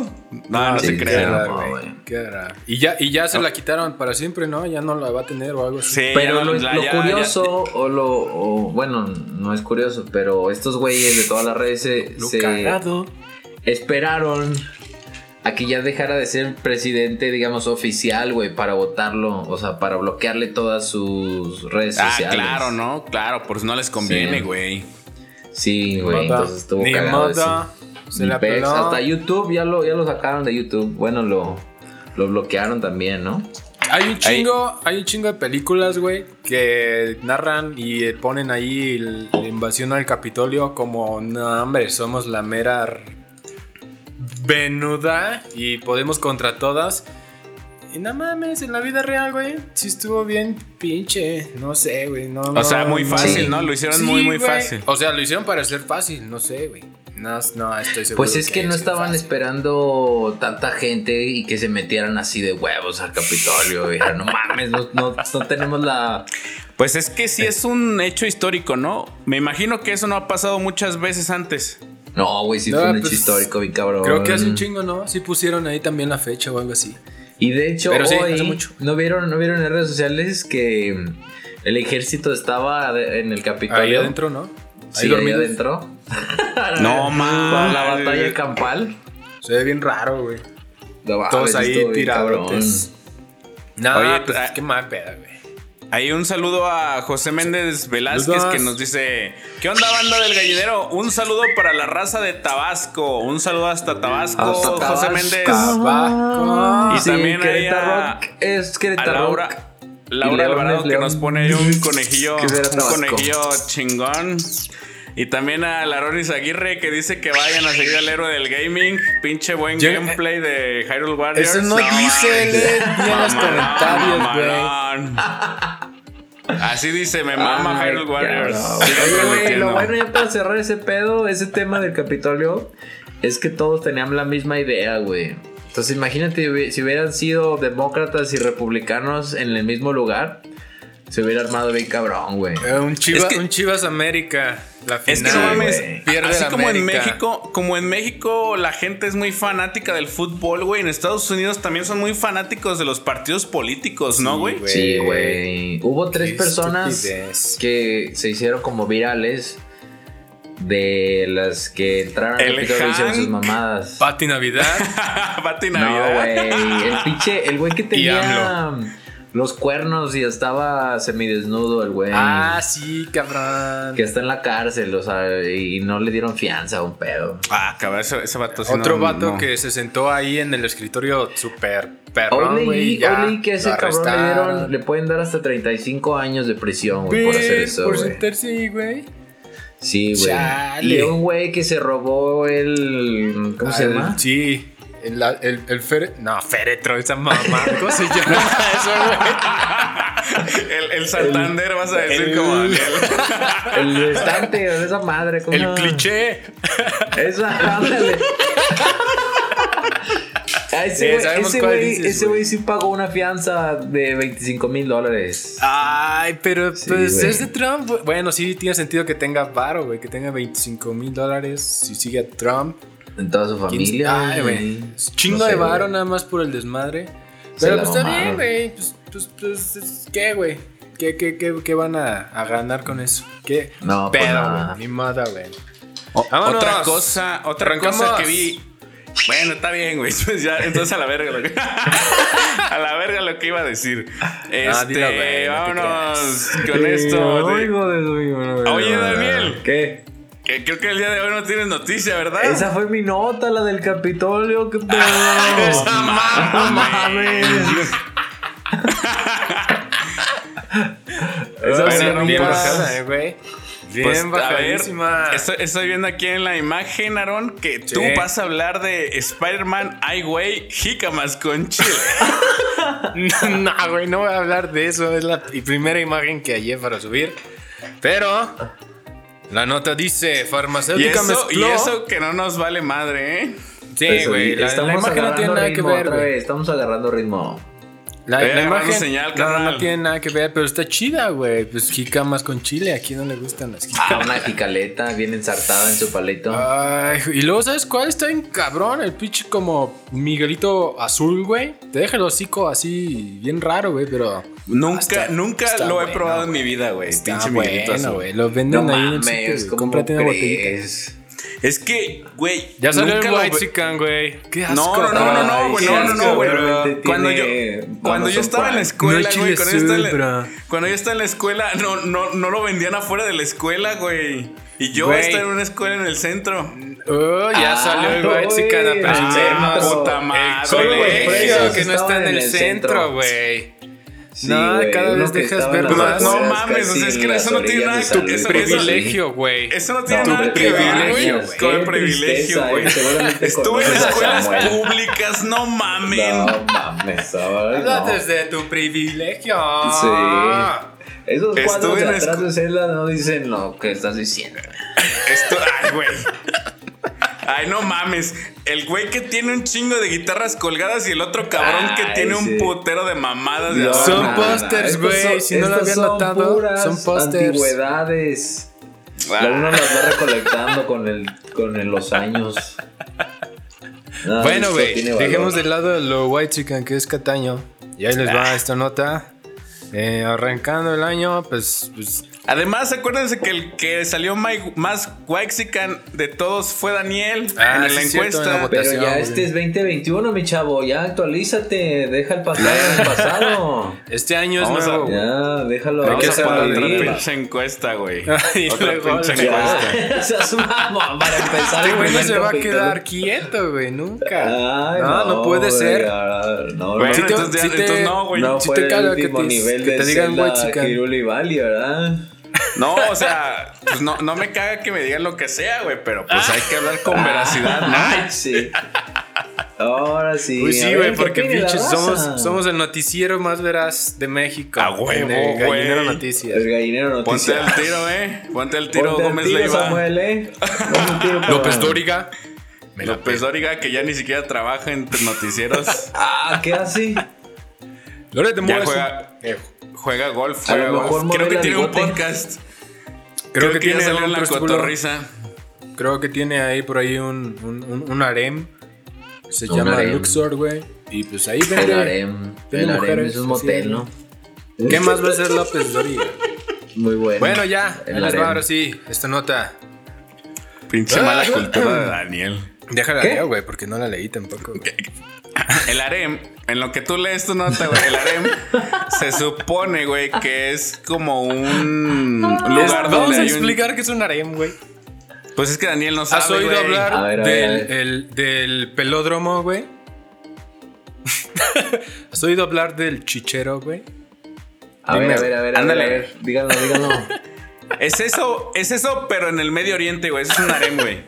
No, no
sí,
se
sí,
crean.
era.
Qué
no,
raro,
güey.
Ah, güey. Qué raro. Y ya, y ya se la quitaron para siempre, ¿no? Ya no la va a tener o algo así.
Sí,
Pero
ya, pues,
lo,
la-
lo
ya- ya-
curioso, o lo. o- bueno, no es curioso, pero estos güeyes de todas las redes se,
Lo
se
cagado.
esperaron a que ya dejara de ser presidente, digamos, oficial, güey, para votarlo, o sea, para bloquearle todas sus redes
Ah,
sociales.
claro, ¿no? Claro, por si no les conviene,
Sí.
güey.
Sí, güey,
Modo.
entonces estuvo
Ni
cagado eso.
modo. Se
Ni
la
pex,
peló.
Hasta YouTube, ya lo, ya lo sacaron de YouTube. Bueno, lo, lo bloquearon también, ¿no?
Este Hay un chingo, hay un chingo de películas, güey, que narran y ponen ahí el- la invasión al Capitolio como, no, hombre, somos la mera r- venuda y podemos contra todas. Y no mames, en la vida real, güey, sí estuvo bien pinche, no sé, güey, no.
O sea, muy fácil,
Sí.
¿no? Lo hicieron muy, muy
güey.
fácil.
O sea, lo hicieron para ser fácil, no sé, güey. No, no, estoy seguro.
Pues es que no
es
estaban
fácil.
esperando tanta gente y que se metieran así de huevos al Capitolio. güey. no mames, no, no- no tenemos la.
Pues es que sí es un hecho histórico, ¿no? Me imagino que eso no ha pasado muchas veces antes.
No, güey, sí
No,
fue un
pues,
hecho histórico, bien cabrón.
Creo que hace un chingo, ¿no? Sí pusieron ahí también la fecha o algo así.
Y de hecho,
Pero sí,
hoy,
hace mucho.
¿no, vieron, ¿no vieron en redes sociales que mm, el ejército estaba de- en el Capitolio?
Ahí adentro, ¿no?
Sí, ahí
dormidos.
adentro.
<laughs> No
Para la
mames.
batalla campal.
Se ve bien raro, güey.
No mames,
Todos
Ah, estuvo
ahí
bien ah,
tiradotes.
Oye,
Nada, pues
tra-
qué mal peda, güey.
Ahí un saludo a José Méndez Velázquez
Saludos.
que nos dice: ¿Qué onda, banda del gallinero? Un saludo para la raza de Tabasco. Un saludo hasta Tabasco,
Hasta
Ah, José
Tabasco.
Méndez.
Tabaco.
cabrón.
Y también ahí
Querétaro
a-
es
A
Querétaro.
Laura,
Y
Laura
León
Alvarado
es
que
León.
nos pone ahí
<laughs>
un conejillo,
Que era
un
Tabasco.
conejillo chingón. Y también a Laronis Aguirre que dice que vayan a seguir al héroe del gaming. Pinche buen
Yo-
gameplay de Hyrule Warriors.
Eso no dice,
mames.
lee bien los comentarios,
mamalón. Así dice, me mama
Ay,
Hyrule Warriors.
cabrón.
Sí,
Oye,
yo lo
güey,
entiendo.
lo bueno ya para cerrar ese pedo, ese tema del Capitolio, es que todos tenían la misma idea, güey. Entonces imagínate hubie- si hubieran sido demócratas y republicanos en el mismo lugar, se hubiera armado bien cabrón, güey.
Eh, Un Chivas,
Es que-
un Chivas América. La final.
Es que no
Nah,
mames,
güey.
Pierde
así
la
como en
América.
México, como en México la gente es muy fanática del fútbol, güey. En Estados Unidos también son muy fanáticos de los partidos políticos, ¿no,
Sí,
güey? <laughs>
güey.
Sí, güey. Hubo tres
Qué
personas
estupidez.
que se hicieron como virales de las que entraron
El
al Capitolio y hicieron sus
Hank
mamadas. <laughs>
Pati Navidad.
Pati
No,
Navidad.
güey. El pinche, el güey
<laughs>
que tenía
AMLO.
los cuernos y estaba semidesnudo, el güey.
ah, sí, cabrón.
Que está en la cárcel, o sea, y no le dieron fianza un pedo.
Ah, cabrón, ese, ese vato sí
Otro
no-
vato
no.
que se sentó ahí en el escritorio super perrón,
Hoy
güey.
leí,
ya
hoy leí que a ese
lo
cabrón le
arrestaron.
dieron, le pueden dar hasta 35 años de prisión, güey, por hacer eso,
Por
güey.
sentarse, güey.
Sí, güey.
Chale.
Y un güey que se robó el... ¿Cómo se
Al-
llama?
Sí. El, el, el fere- No, féretro, esa mamá. ¿Cómo se llama eso, güey?
El, el Santander, vas a decir como Daniel.
El estante, esa madre. ¿cómo se
El
llama?
cliché.
Esa,
<laughs>
ándale. Ah, ese
Sí,
güey-
Eh, sabemos
ese
cuál
güey
dices,
ese
güey.
güey sí pagó una fianza de 25 mil dólares.
Ay, pero
Sí,
pues
güey.
es de Trump. güey. Bueno, sí, tiene sentido que tenga varo, güey. Que tenga 25 mil dólares si sigue a Trump.
En toda su
¿Quién-
familia.
Ay, güey. Chingo
No sé,
de varo
güey.
nada más por el desmadre.
Se
Pero
la
pues está bien,
mamaron.
güey. Pues, pues, pues, es- ¿qué, güey? ¿Qué, qué, qué, qué van a, a ganar con eso? ¿Qué?
No, pues,
pedo,
nada.
güey. Ni moda, güey. Vámonos.
Otra cosa, otra cosa
Arrancamos.
que vi. Bueno, está bien, güey. <laughs> Pues ya, entonces a la verga lo que. <laughs> a la verga lo que iba a decir. Este,
Ah, dilo, güey, no te
vámonos con esto. de- Oye, Daniel.
¿Qué?
que creo que el día de hoy no tienes noticia, ¿verdad?
Esa fue mi nota, la del Capitolio. ¿Qué
<laughs>
pedo?
<laughs> Esa
No
mames.
mames. Esa
Bueno,
fue
no
mi
bien
rompas.
nota.
bajada, eh, güey. Bien
Pues, a ver,
bajadísima.
estoy, estoy viendo aquí en la imagen, Aaron, que
Sí.
tú vas a hablar de Spider-Man, Ai Weiwei, Jicamas con
<laughs>
chile.
<laughs> No, güey, no voy a hablar de eso. Es la primera imagen que hallé para subir. Pero la nota dice:
y,
farmacéutica
eso, y
mezcló-
eso que no nos vale madre, ¿eh?
Sí, güey. La, la
Pues, Estamos
imagen no tiene
agarrando
nada que
ritmo
ver,
otra
güey.
vez, Estamos agarrando ritmo.
Eh,
La, la
agarrando
imagen
señal,
no,
carnal.
no tiene nada que ver, pero está chida, güey. Pues jicamas con chile, aquí no le gustan las jicamas.
Ah, una jicaleta bien ensartada en su palito.
Ah, Ay, y luego, ¿sabes cuál? Está en cabrón, el pinche como Miguelito azul, güey. Te deja el hocico así, bien raro, güey, pero.
Nunca,
Está-
nunca
está
lo he
bueno,
probado en
güey.
mi vida, güey.
Está
Pinche
bueno,
Miguelito azul.
güey. Lo venden
No
ahí en el
mames,
sitio, güey.
¿cómo
Cómprate una botellita.
crees?
Es que, güey.
Ya salió
nunca
el
lo
White
ve-
Chicken, güey. Qué
No,
asco.
no, no, no, no,
Ay,
güey,
qué
no, no, no,
asco,
güey.
bro.
Cuando yo,
Tiene-
cuando
vamos
yo
a
estaba en la
pan.
escuela,
No hay
güey,
chile
cuando yo estaba en la-
azul, bro.
cuando yo estaba en la escuela, no, no, no lo vendían afuera de la escuela, güey. Y yo
Güey.
estaba en una escuela en el centro.
Oh, ya
Ah,
salió el White
güey,
Chicken a aprender
ah,
más.
puta madre.
El
Solo los
colegio
precios
que no está
estaban
en el centro, güey.
Sí,
No,
güey,
cada
uno
vez
que
dejas
estaba en
ver
las
más.
No
afueras,
mames, o sea,
casi
es que
en las
eso no tiene
orillas
nada
de
que-
San
eso-
Luis Potosí.
Privilegio, güey.
Eso no tiene
No,
nada
hombre,
que
qué
ver,
privilegio,
güey.
güey.
Con el
Qué
privilegio,
tristeza,
güey.
eh, seguramente
Estuve en
conoces a
escuelas
Samuel.
públicas, no mamen.
No mames, ay,
Habla
no.
desde tu privilegio. Ah.
Sí. Esos
Estuve
cuadros
en
de
la
atrás
escu-
de celda no dicen lo que estás diciendo.
Esto, ay, güey. Ay, no mames. El güey que tiene un chingo de guitarras colgadas y el otro cabrón que
Ay,
tiene
sí.
un putero de mamadas de
No,
adorno.
Son
nada,
pósters,
estos
güey,
son-
si no lo
estas
habían notado, Ah.
puras
son pósters.
Antigüedades. La luna las va recolectando con, el, con el- los
<laughs>
años. Nada,
bueno,
esto
güey,
tiene valor. Ah.
dejemos de lado lo white chicken que es Cataño. Y ahí les va esta nota. Eh, arrancando el año, pues, pues,
Además, acuérdense que el que salió mai- más Waxican de todos fue Daniel
Ah,
en la
sí, cierto, en la
encuesta.
votación.
Pero ya
güey.
este es 2021, mi chavo. Ya actualízate. Deja el pasado en el pasado.
este año es
Vamos a-
nuevo. güey.
Ya, déjalo.
Hay que
Vamos a
déjalo
hacer
poner
la
otra
vivir.
regla.
pinche encuesta, güey.
Y
Otra
luego
pinche
la-
encuesta.
<laughs> Ya, esa es una mamá, para empezar
Este
el
güey no
primer
se va a
capítulo.
quedar quieto, güey, nunca.
Ay,
no, no, puede
güey,
ser.
ah, No,
Bueno,
Si te-
entonces, ya-
si te-
entonces no, güey.
no
si
fue
te
el
caga que
último
te-
nivel
que
de
te digan
Zelda,
Huachican.
Hyrule y Valley, ¿verdad?
No, o sea, pues no, no me caga que me digan lo que sea, güey, pero pues hay que hablar con veracidad, ¿no?
Ay, sí. Ahora sí.
Uy, sí,
a
güey,
ver, ¿qué
porque
opina la
pinches,
raza?
somos, somos el noticiero más veraz de México.
A huevo,
En el Gallinero
güey.
Noticias.
El gallinero
Ponte
noticias.
al tiro, eh. Ponte al tiro,
Ponte al
Gómez
tiro,
Leiva.
Samuel, ¿eh? Ponte al tiro,
López
cabrón.
Dóriga. Me la
López Dóriga, que ya ni siquiera trabaja en noticieros.
Ah, ¿qué hace?
pela. Loret de
Ya
Mola es un-
juega-
Eh,
Juega golf,
A lo
juega golf.
mejor
Creo que
modela
tiene un
bigote.
podcast.
Creo, que,
ya
tiene
salió
algún
en la
prostíbulo.
cotorriza.
Creo que tiene ahí por ahí un, un, un, un harem. Se
Un
llama
harem.
Luxor, güey. Y pues ahí
El
vende.
harem.
Tiene
El harem
mujeres,
es un
sí.
motel, ¿no?
¿Qué más va a ser
<laughs>
López Dóriga?
Muy bueno.
Bueno, ya.
El
ahí les va,
harem.
ahora sí, esta nota.
Pinche
Ah.
mala cultura de Daniel.
Déjala
¿Qué?
leo, güey, porque no la leí tampoco. güey.
El harem, en lo que tú lees tu nota, güey, el harem se supone, güey, que es como un
Ah. Es-
lugar
Vamos
donde
a
hay un...
explicar qué es un harem, güey.
Pues es que Daniel no sabe,
¿Has oído
güey.
hablar
A ver, a ver,
del,
a ver.
el- del pelódromo, güey? <laughs> ¿Has oído hablar del chichero, güey?
A ver,
Dime,
a ver, a ver. a
ándale.
ver, a ver. Díganlo, díganlo.
Es eso, es eso, pero en el Medio Oriente, güey. Eso es un harem, güey.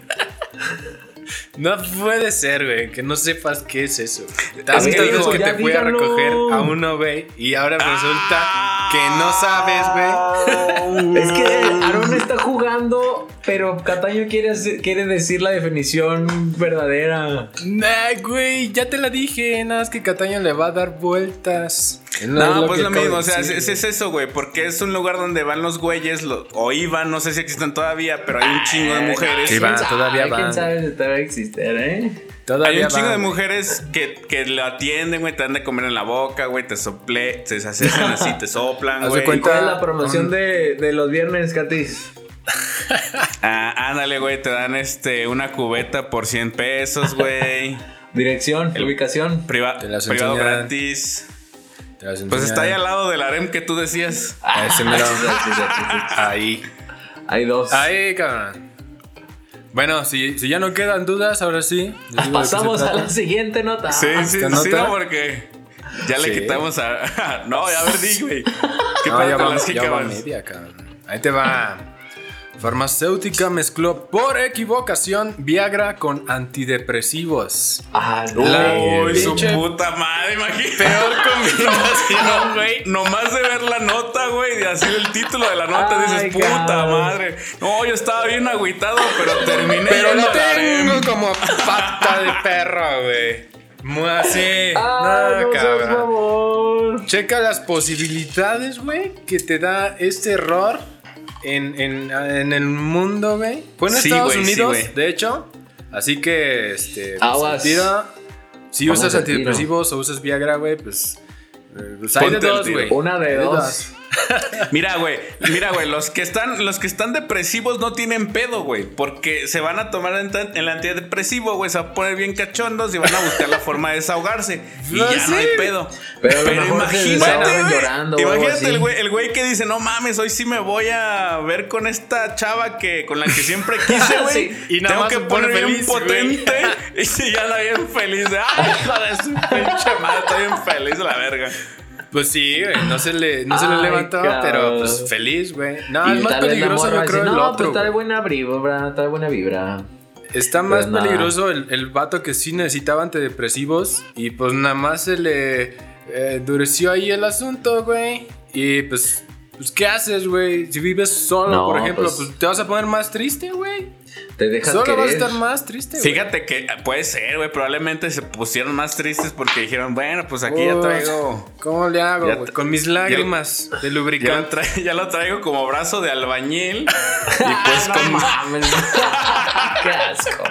No puede ser, güey, que no sepas qué es eso.
Es
Tantas
que
veces
dijo,
que
ya
te fui a
dígalo.
recoger a uno, güey, y ahora resulta que no sabes, güey.
<laughs> Es que Aaron está jugando, pero Cataño quiere, hacer- quiere decir la definición verdadera.
Nah, güey, ya te la dije, nada más que Cataño le va a dar vueltas.
No,
es
pues
que
lo
acabo
mismo, o
de
sea, es,
decir,
es- es eso, güey, porque es un lugar donde van los güeyes, lo- o iban, no sé si existen todavía, pero hay un chingo
Ah,
de mujeres.
Sí, van,
¿Quién
todavía
sabe?
van.
¿Quién sabe si todavía existir, eh?
güey. Todavía
Hay un chingo
va,
de
güey.
mujeres que, que lo atienden, güey, te dan de comer en la boca, güey, te sople, te hacen así,
<laughs>
te soplan,
Haz de
güey.
cuenta-
¿Cuál es la promoción de, de los viernes, Catis?
Ah, ándale, güey, te dan este una cubeta por 100 pesos, güey.
Dirección, ubicación.
Priva-
Te las
privado
enseñan.
gratis.
Te las
Pues está ahí
enseñaré.
al lado del harem que tú decías.
A ese mero. <laughs> Ahí.
Hay dos.
Ahí, cabrón. Bueno, si, si ya no quedan dudas, ahora sí. les digo de qué
Pasamos
pues, se
a
trata.
la siguiente nota.
Sí, sí,
¿Esta
sí,
Ah, nota?
no, porque ya le
Sí.
quitamos a. <laughs> no, ya a ver, di, güey. ¿Qué
No,
pasa
ya
con
va,
las
ya va
jícamas?
media, cabrón. Ahí te va. Farmacéutica mezcló por equivocación Viagra con antidepresivos.
Ah, no.
La-
Uy, su
pinche-
puta madre, imagínate. <laughs> Peor combinación, güey. Nomás de ver la nota, güey, de hacer el título de la nota,
Ay,
dices, puta
cabrón.
madre. No, yo estaba bien agüitado, pero terminé.
Pero
yendo
la
al harem.
tengo como pata de perro, güey. Mu- Así.
Ah,
no,
no seas
cabrón.
mamón.
Checa las posibilidades, güey, que te da este error en, en- en el mundo, güey. Fue en
Sí,
Estados
güey, sí,
Unidos,
güey.
de hecho. Así que, este. pues,
Aguas.
al tiro. si
Vamos
usas
al tiro.
antidepresivos o usas Viagra, güey, pues. eh, pues hay de
Ponte al
dos,
tiro.
güey.
Una de
Hay
dos.
Mira, güey, mira, güey, los que están, los que están depresivos no tienen pedo, güey, porque se van a tomar en tan- el antidepresivo, güey, se van a poner bien cachondos y van a buscar la forma de desahogarse y
No,
ya no hay
sí.
pedo.
Pero a lo mejor se desahogan
güey,
llorando o algo
imagínate
así.
el güey, el güey que dice, no mames, hoy sí me voy a ver con esta chava que con la que
<laughs>
siempre quise, güey,
Sí.
Y
y tengo
nada más
que
se pone
poner bien
feliz, güey.
potente <laughs> y si ya la bien
<laughs>
feliz, de, ay, hijo de su pinche madre, estoy bien feliz de la verga.
Pues sí, güey. No se le, no se le
Ay,
levantó,
cabrón.
pero pues feliz, güey. No,
Y
es más
tal vez la
peligroso,
morra
yo creo,
dice,
el
no,
otro.
pues trae
güey.
buena vibra, trae buena vibra.
Está más
Pues nada.
peligroso el, el vato que sí necesitaba antidepresivos y pues nada más se le eh, endureció ahí el asunto, güey. Y pues, pues ¿qué haces, güey? Si vives solo,
No,
por ejemplo,
pues-
pues, te vas a poner más triste, güey.
Te dejas
Solo vas a
querer.
estar más triste, güey.
Fíjate que eh, puede ser, güey. Probablemente se pusieron más tristes porque dijeron, bueno, pues aquí ya
Uf,
traigo.
¿Cómo le hago,
Ya
güey?
tra-
Con mis lágrimas de
Ya lo,
lubricante.
tra- <laughs> ya lo traigo como brazo de albañil. y
<laughs>
pues como-
mames. Qué asco.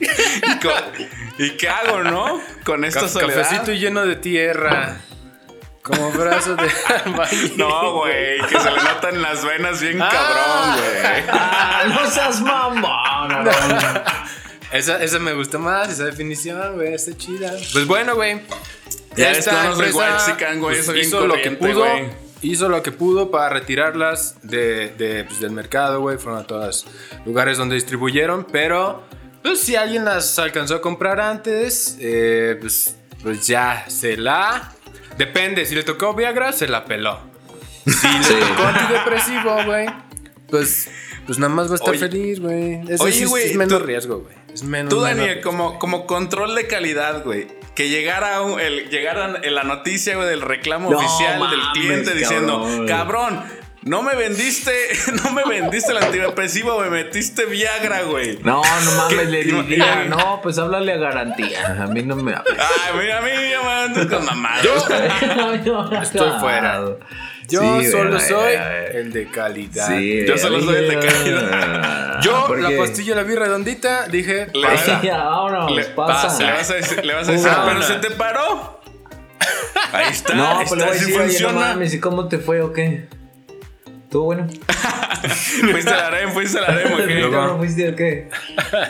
y co- ¿Y qué hago, no? Con esta
Ca-
soledad.
cafecito lleno de tierra. Como
<laughs>
brazos de albañil.
No, güey. Que se le notan las venas bien cabrón, güey.
Ah, no seas mamón. Aaron.
Esa, esa me gusta más, esa definición, güey, está chida. Pues bueno, güey.
Ya ves,
está
tú unos huexican, güey, eso bien
pues hizo lo que
corriente,
pudo,
güey.
hizo lo que pudo para retirarlas de, de, pues, del mercado, güey. Fueron a todos los lugares donde distribuyeron, pero pues, si alguien las alcanzó a comprar antes, eh, pues, pues ya se la. Depende, si le tocó Viagra, se la peló. Si le
Sí.
tocó antidepresivo, güey, pues, pues nada más va a estar
Oye.
feliz, güey. Ese
Oye,
sí es,
güey,
es menos
tú-
riesgo, güey. Es menos.
Tú,
menos
Daniel,
riesgo,
como,
güey.
como control de calidad, güey. Que llegara un- el, llegara en la noticia, güey, del reclamo
No
oficial del
mames,
cliente diciendo,
cabrón.
cabrón, no me vendiste, <laughs> no me vendiste el antidepresivo, me metiste Viagra, güey.
No, no
¿Qué?
mames, le diría.
Eh.
No, pues háblale a garantía. A mí no me
<laughs>
hables.
Ay, mira, a mí ya me andas con mamadas.
Estoy fuera. Yo
Sí,
solo
güey,
soy
a ver.
el de calidad.
Sí, Ah,
Yo solo soy el
<laughs>
de
calidad.
Yo la pastilla la vi redondita, dije,
Le-
Pasa. <laughs> Ya, vámonos,
Le,
pasa.
pasa, le vas a decir, le vas a decir,
Una.
pero se te paró. Ahí está,
No,
ahí
pues le
Ah, está, sí
voy a decir, oye, no
funciona.
mames, ¿y cómo te fue o qué? ¿Tú bueno?
fuiste al harem, fuiste al harem,
<laughs> ¿Qué
güey.
Luego-
cabrón fuiste o qué?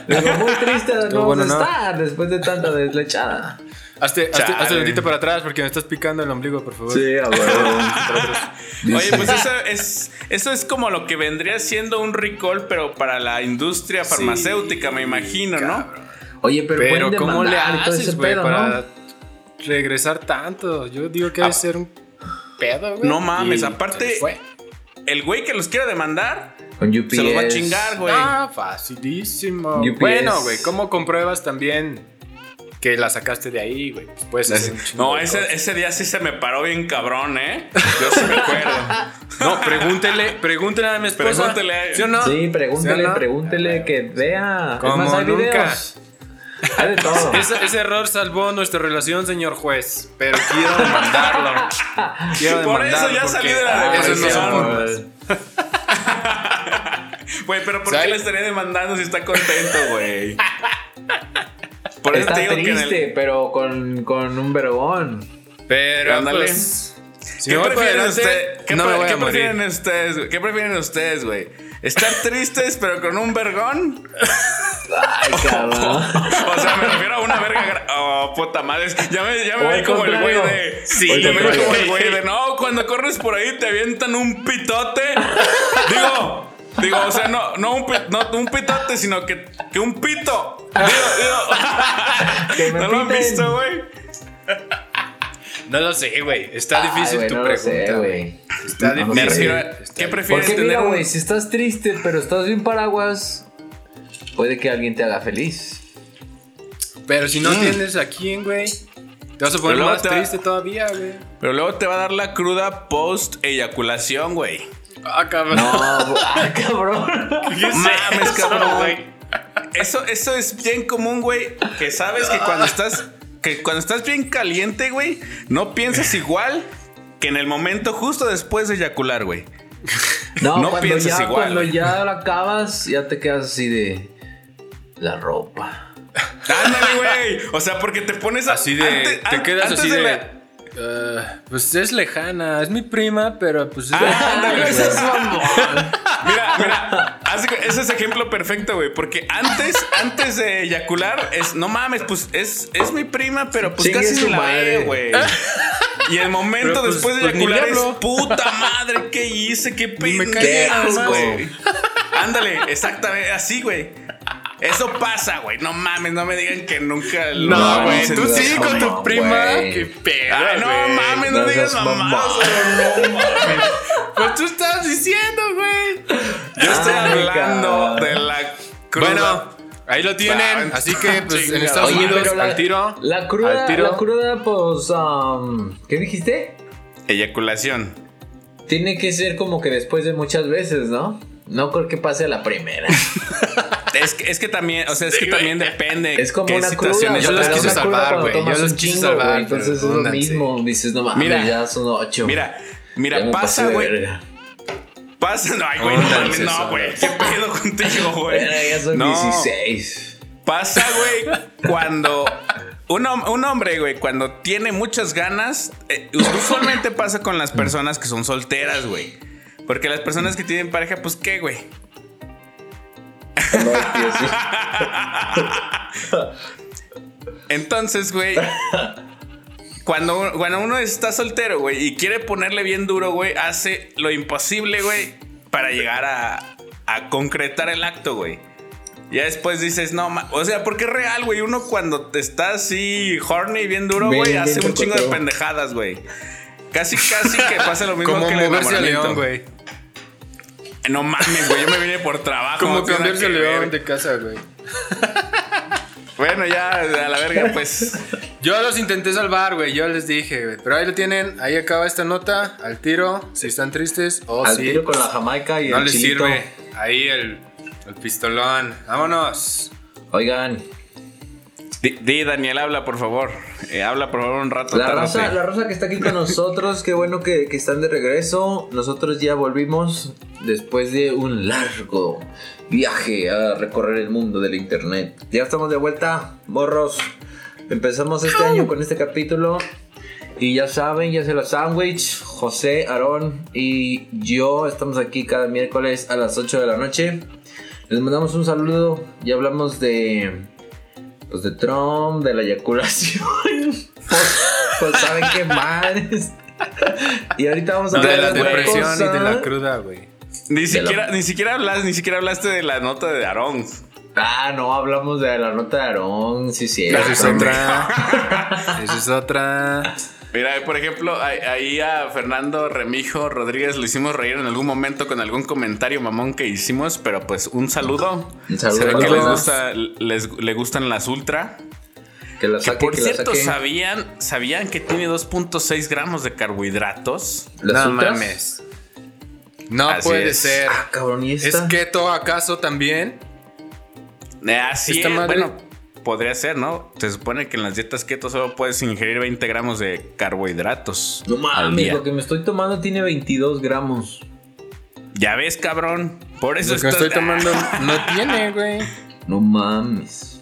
Digo, muy triste no
Estuvo
vamos
bueno,
a
¿no?
estar después de tanta deslechada.
hazte, hazte, hazte
Chale.
tantito para atrás porque me estás picando el ombligo, por favor.
a huevo.
Pues, <laughs> Oye, pues eso es, eso es como lo que vendría siendo un recall, pero para la industria farmacéutica, me imagino, ¿no?
Oye, pero,
Pero
pueden
¿cómo le
demandar y todo
haces,
ese
güey,
pedo,
para
¿no?
regresar tanto? Yo digo
Ah.
que debe ser un pedo, güey.
No mames,
Y
aparte-
se Fue.
El güey que los quiera demandar
Con UPS.
se los va a chingar, güey.
Ah, facilísimo.
UPS.
Bueno, güey, ¿cómo compruebas también que la sacaste de ahí, güey? Pues
<laughs>
puedes hacer un chingo
No,
de
ese,
cosas.
ese día sí se me paró bien cabrón, ¿eh? Yo sí me
<laughs>
acuerdo.
No, pregúntele, pregúntele a mi esposa.
Pregúntele a-
¿Sí o no?
Sí, pregúntele,
¿Sí o no?
pregúntele que vea. Es
Como
más, hay
nunca.
videos. Hay de
<laughs>
todo.
Ese, ese error salvó nuestra relación, señor juez. Pero quiero demandarlo. Quiero
Por eso
demandarlo
ya
porque-
salí de la
Ah, eso no
depresión.
son-
Güey, pero ¿por qué
¿Sabe?
le estaría demandando si está contento, güey? Por eso
Está
te digo que en el-
triste, pero con, con un vergón.
Pero
Ándale.
pues, si
¿Qué
voy para
prefieren
adelante,
usted- qué
no
pre-
me voy
qué
a morir.
prefieren ustedes? güey? ¿Qué prefieren ustedes, güey? ¿Estar tristes pero con un vergón? <laughs>
Ay, cabrón.
O sea, me refiero a una verga. gra- Oh, puta madre. Ya me, ya me
O
vi
el
como el güey
contrario.
de.
Sí,
ya me vi
contrario.
como el güey de. No, cuando corres por ahí te avientan un pitote. Digo. Digo, o sea, no, no, un, pi- no un pitote, sino que, que un pito. Digo, <laughs>
Que
digo.
me
¿No lo han
piten.
visto, güey?
No lo sé, güey. Está
Ay,
difícil
güey,
tu
no lo sé,
pregunta, güey.
güey. No
Está
lo
Me
difícil.
refiero a-
Está
¿Qué
difícil.
prefieres
Porque
tener?
mira,
un-
güey, si estás triste, pero estás bien paraguas, puede que alguien te haga feliz.
Pero si no
Mm.
tienes a quién, güey, te vas a
Pero
poner
luego
más
te va-
triste todavía, güey.
Pero luego te va a dar la cruda post eyaculación, güey.
Ah, cabrón.
No, <laughs> ah, cabrón.
¿Qué es
Mames,
eso,
cabrón.
güey?
Eso, eso es bien común, güey. Que sabes que cuando estás. Que cuando estás bien caliente, güey, no piensas igual que en el momento justo después de eyacular, güey.
No,
No
cuando
pienses
ya,
igual,
Cuando
güey.
ya la acabas, ya te quedas así de la
<laughs>
ropa.
Ándale, güey. O sea, porque te pones a-
Así de.
ante-
te
an-
quedas
antes
así de.
la-
"Ah, pues es lejana, es mi prima, pero pues es
Ah,
lejana,
ándale,
güey".
ese es-
mamón.
Mira, mira, haz de cu- ese es ejemplo perfecto, güey. Porque antes, antes de eyacular, es no mames, pues es, es mi prima, pero pues
Chingue
casi
su
ni la veo,
madre.
<laughs>
güey. Y el momento
Pero, pues,
después de
pues, ni le
eyacular es
hablo.
puta madre, ¿qué hice? ¿Qué
me
pendejo,
cagué,
asco.
güey? Ándale, exactamente, así, güey. Eso pasa, güey. No mames, no me digan que nunca lo
No,
No,
güey,
dicen,
tú
no,
sí
no,
con tu
no,
prima.
güey.
Qué pedo.
Ay, no
güey.
mames, no,
No
digas
seas
mamás,
mamón.
güey, no mames.
Pues tú estás diciendo, güey.
Yo estoy
Ah,
Ay,
hablando
cabrón.
de la cruda.
Bueno, ahí lo tienen.
Ah,
Así que pues en
chingada.
Estados
Oye,
Unidos,
pero la-
al tiro.
La cruda,
al tiro.
la cruda, pues, um, ¿qué dijiste?
Eyaculación.
<laughs>
Tiene que ser como que después de muchas veces, ¿no? No creo que pase a la primera.
Es que, es que también, o sea, es que también depende.
Es como
qué
una cruda.
situaciones
yo
güey,
las
pero
quise
una cruda
salvar,
cuando
güey, yo
tomas
las
un
quise
chingo,
salvar,
güey,
pero
Entonces es lo
úndanse.
mismo. Dices, no mames,
Mira,
ya son ocho. güey.
Mira,
Ya
mira,
me
pasa,
pasé de
güey.
verga.
Pasa, no, ay, güey, no
Órale,
mames, no,
César.
güey. ¿Qué pedo
<laughs>
contigo, güey?
Verga, Ya son
No.
16.
<laughs>
Pasa, güey, cuando un, hom- un hombre, güey, cuando tiene muchas ganas, eh, usualmente pasa con las personas que son solteras, güey. Porque las personas que tienen pareja, pues qué, güey.
No, tío, sí.
Entonces, güey, cuando, cuando uno está soltero, güey, y quiere ponerle bien duro, güey, hace lo imposible, güey, para llegar a, a concretar el acto, güey. Ya después dices, no, ma- o sea, porque es real, güey. Uno cuando te está así horny bien duro,
Bien,
güey,
bien
hace un chingo de
coqueteo.
pendejadas, güey. Casi, casi que pasa lo mismo
<laughs> Como
que el
moverse a
enamoramiento.
León, güey.
No mames, güey, yo me vine por trabajo.
Como
no tiene nada
cambiarse a
que
León
ver.
de casa, güey.
Bueno, ya, a la verga, pues.
Yo los intenté salvar, güey. Yo les dije, güey. Pero ahí lo tienen. Ahí acaba esta nota. Al tiro. Si están tristes. O
Al
si
tiro con la Jamaica y
Oh, no
el
les
chilito.
sirve. Ahí el, el pistolón. Vámonos.
Oigan,
Di, di, Daniel, habla por favor. Eh, habla por favor un rato.
la
tárrate.
raza, la raza que está aquí con nosotros, qué bueno que, que están de regreso. Nosotros ya volvimos después de un largo viaje a recorrer el mundo del internet. Ya estamos de vuelta, borros. Empezamos este año con este capítulo. Y ya saben, ya se la sándwich. José, Aarón y yo estamos aquí cada miércoles a las 8 de la noche. Les mandamos un saludo. Ya hablamos de. Pues de Trump, de la eyaculación. <laughs> pues, pues, saben qué madres. Y ahorita vamos a
De
hablar
la
otra
depresión y
cosa.
de la cruda, güey.
Ni
la-
siquiera, ni siquiera hablas, ni siquiera hablaste de la nota de Aarón.
Ah, no, hablamos de la nota de Aarón. Sí, sí.
Esa es otra. <laughs> Esa es otra.
Mira, por ejemplo, a- ahí a Fernando Remijo Rodríguez lo hicimos reír en algún momento con algún comentario mamón que hicimos, pero pues un saludo.
Un saludo.
Se ve que les
Saludos.
gusta, les, le gustan las ultra.
Que la
Que
saque,
por
que
cierto,
la saque.
sabían, sabían que tiene 2.6 gramos de carbohidratos.
¿Las
no
ultras?
mames. No
Así
puede
es.
ser.
Ah, cabrón, ¿y
¿Es
esta?
keto acaso también?
Eh, Así
Esta
es.
madre-
Bueno, podría ser, ¿no? Se supone que en las dietas keto solo puedes ingerir 20 gramos de carbohidratos.
No
al
mames,
día.
lo que me estoy tomando tiene 22 gramos.
Ya ves, cabrón. Por eso
Lo que
estás-
estoy tomando no tiene, güey.
No mames.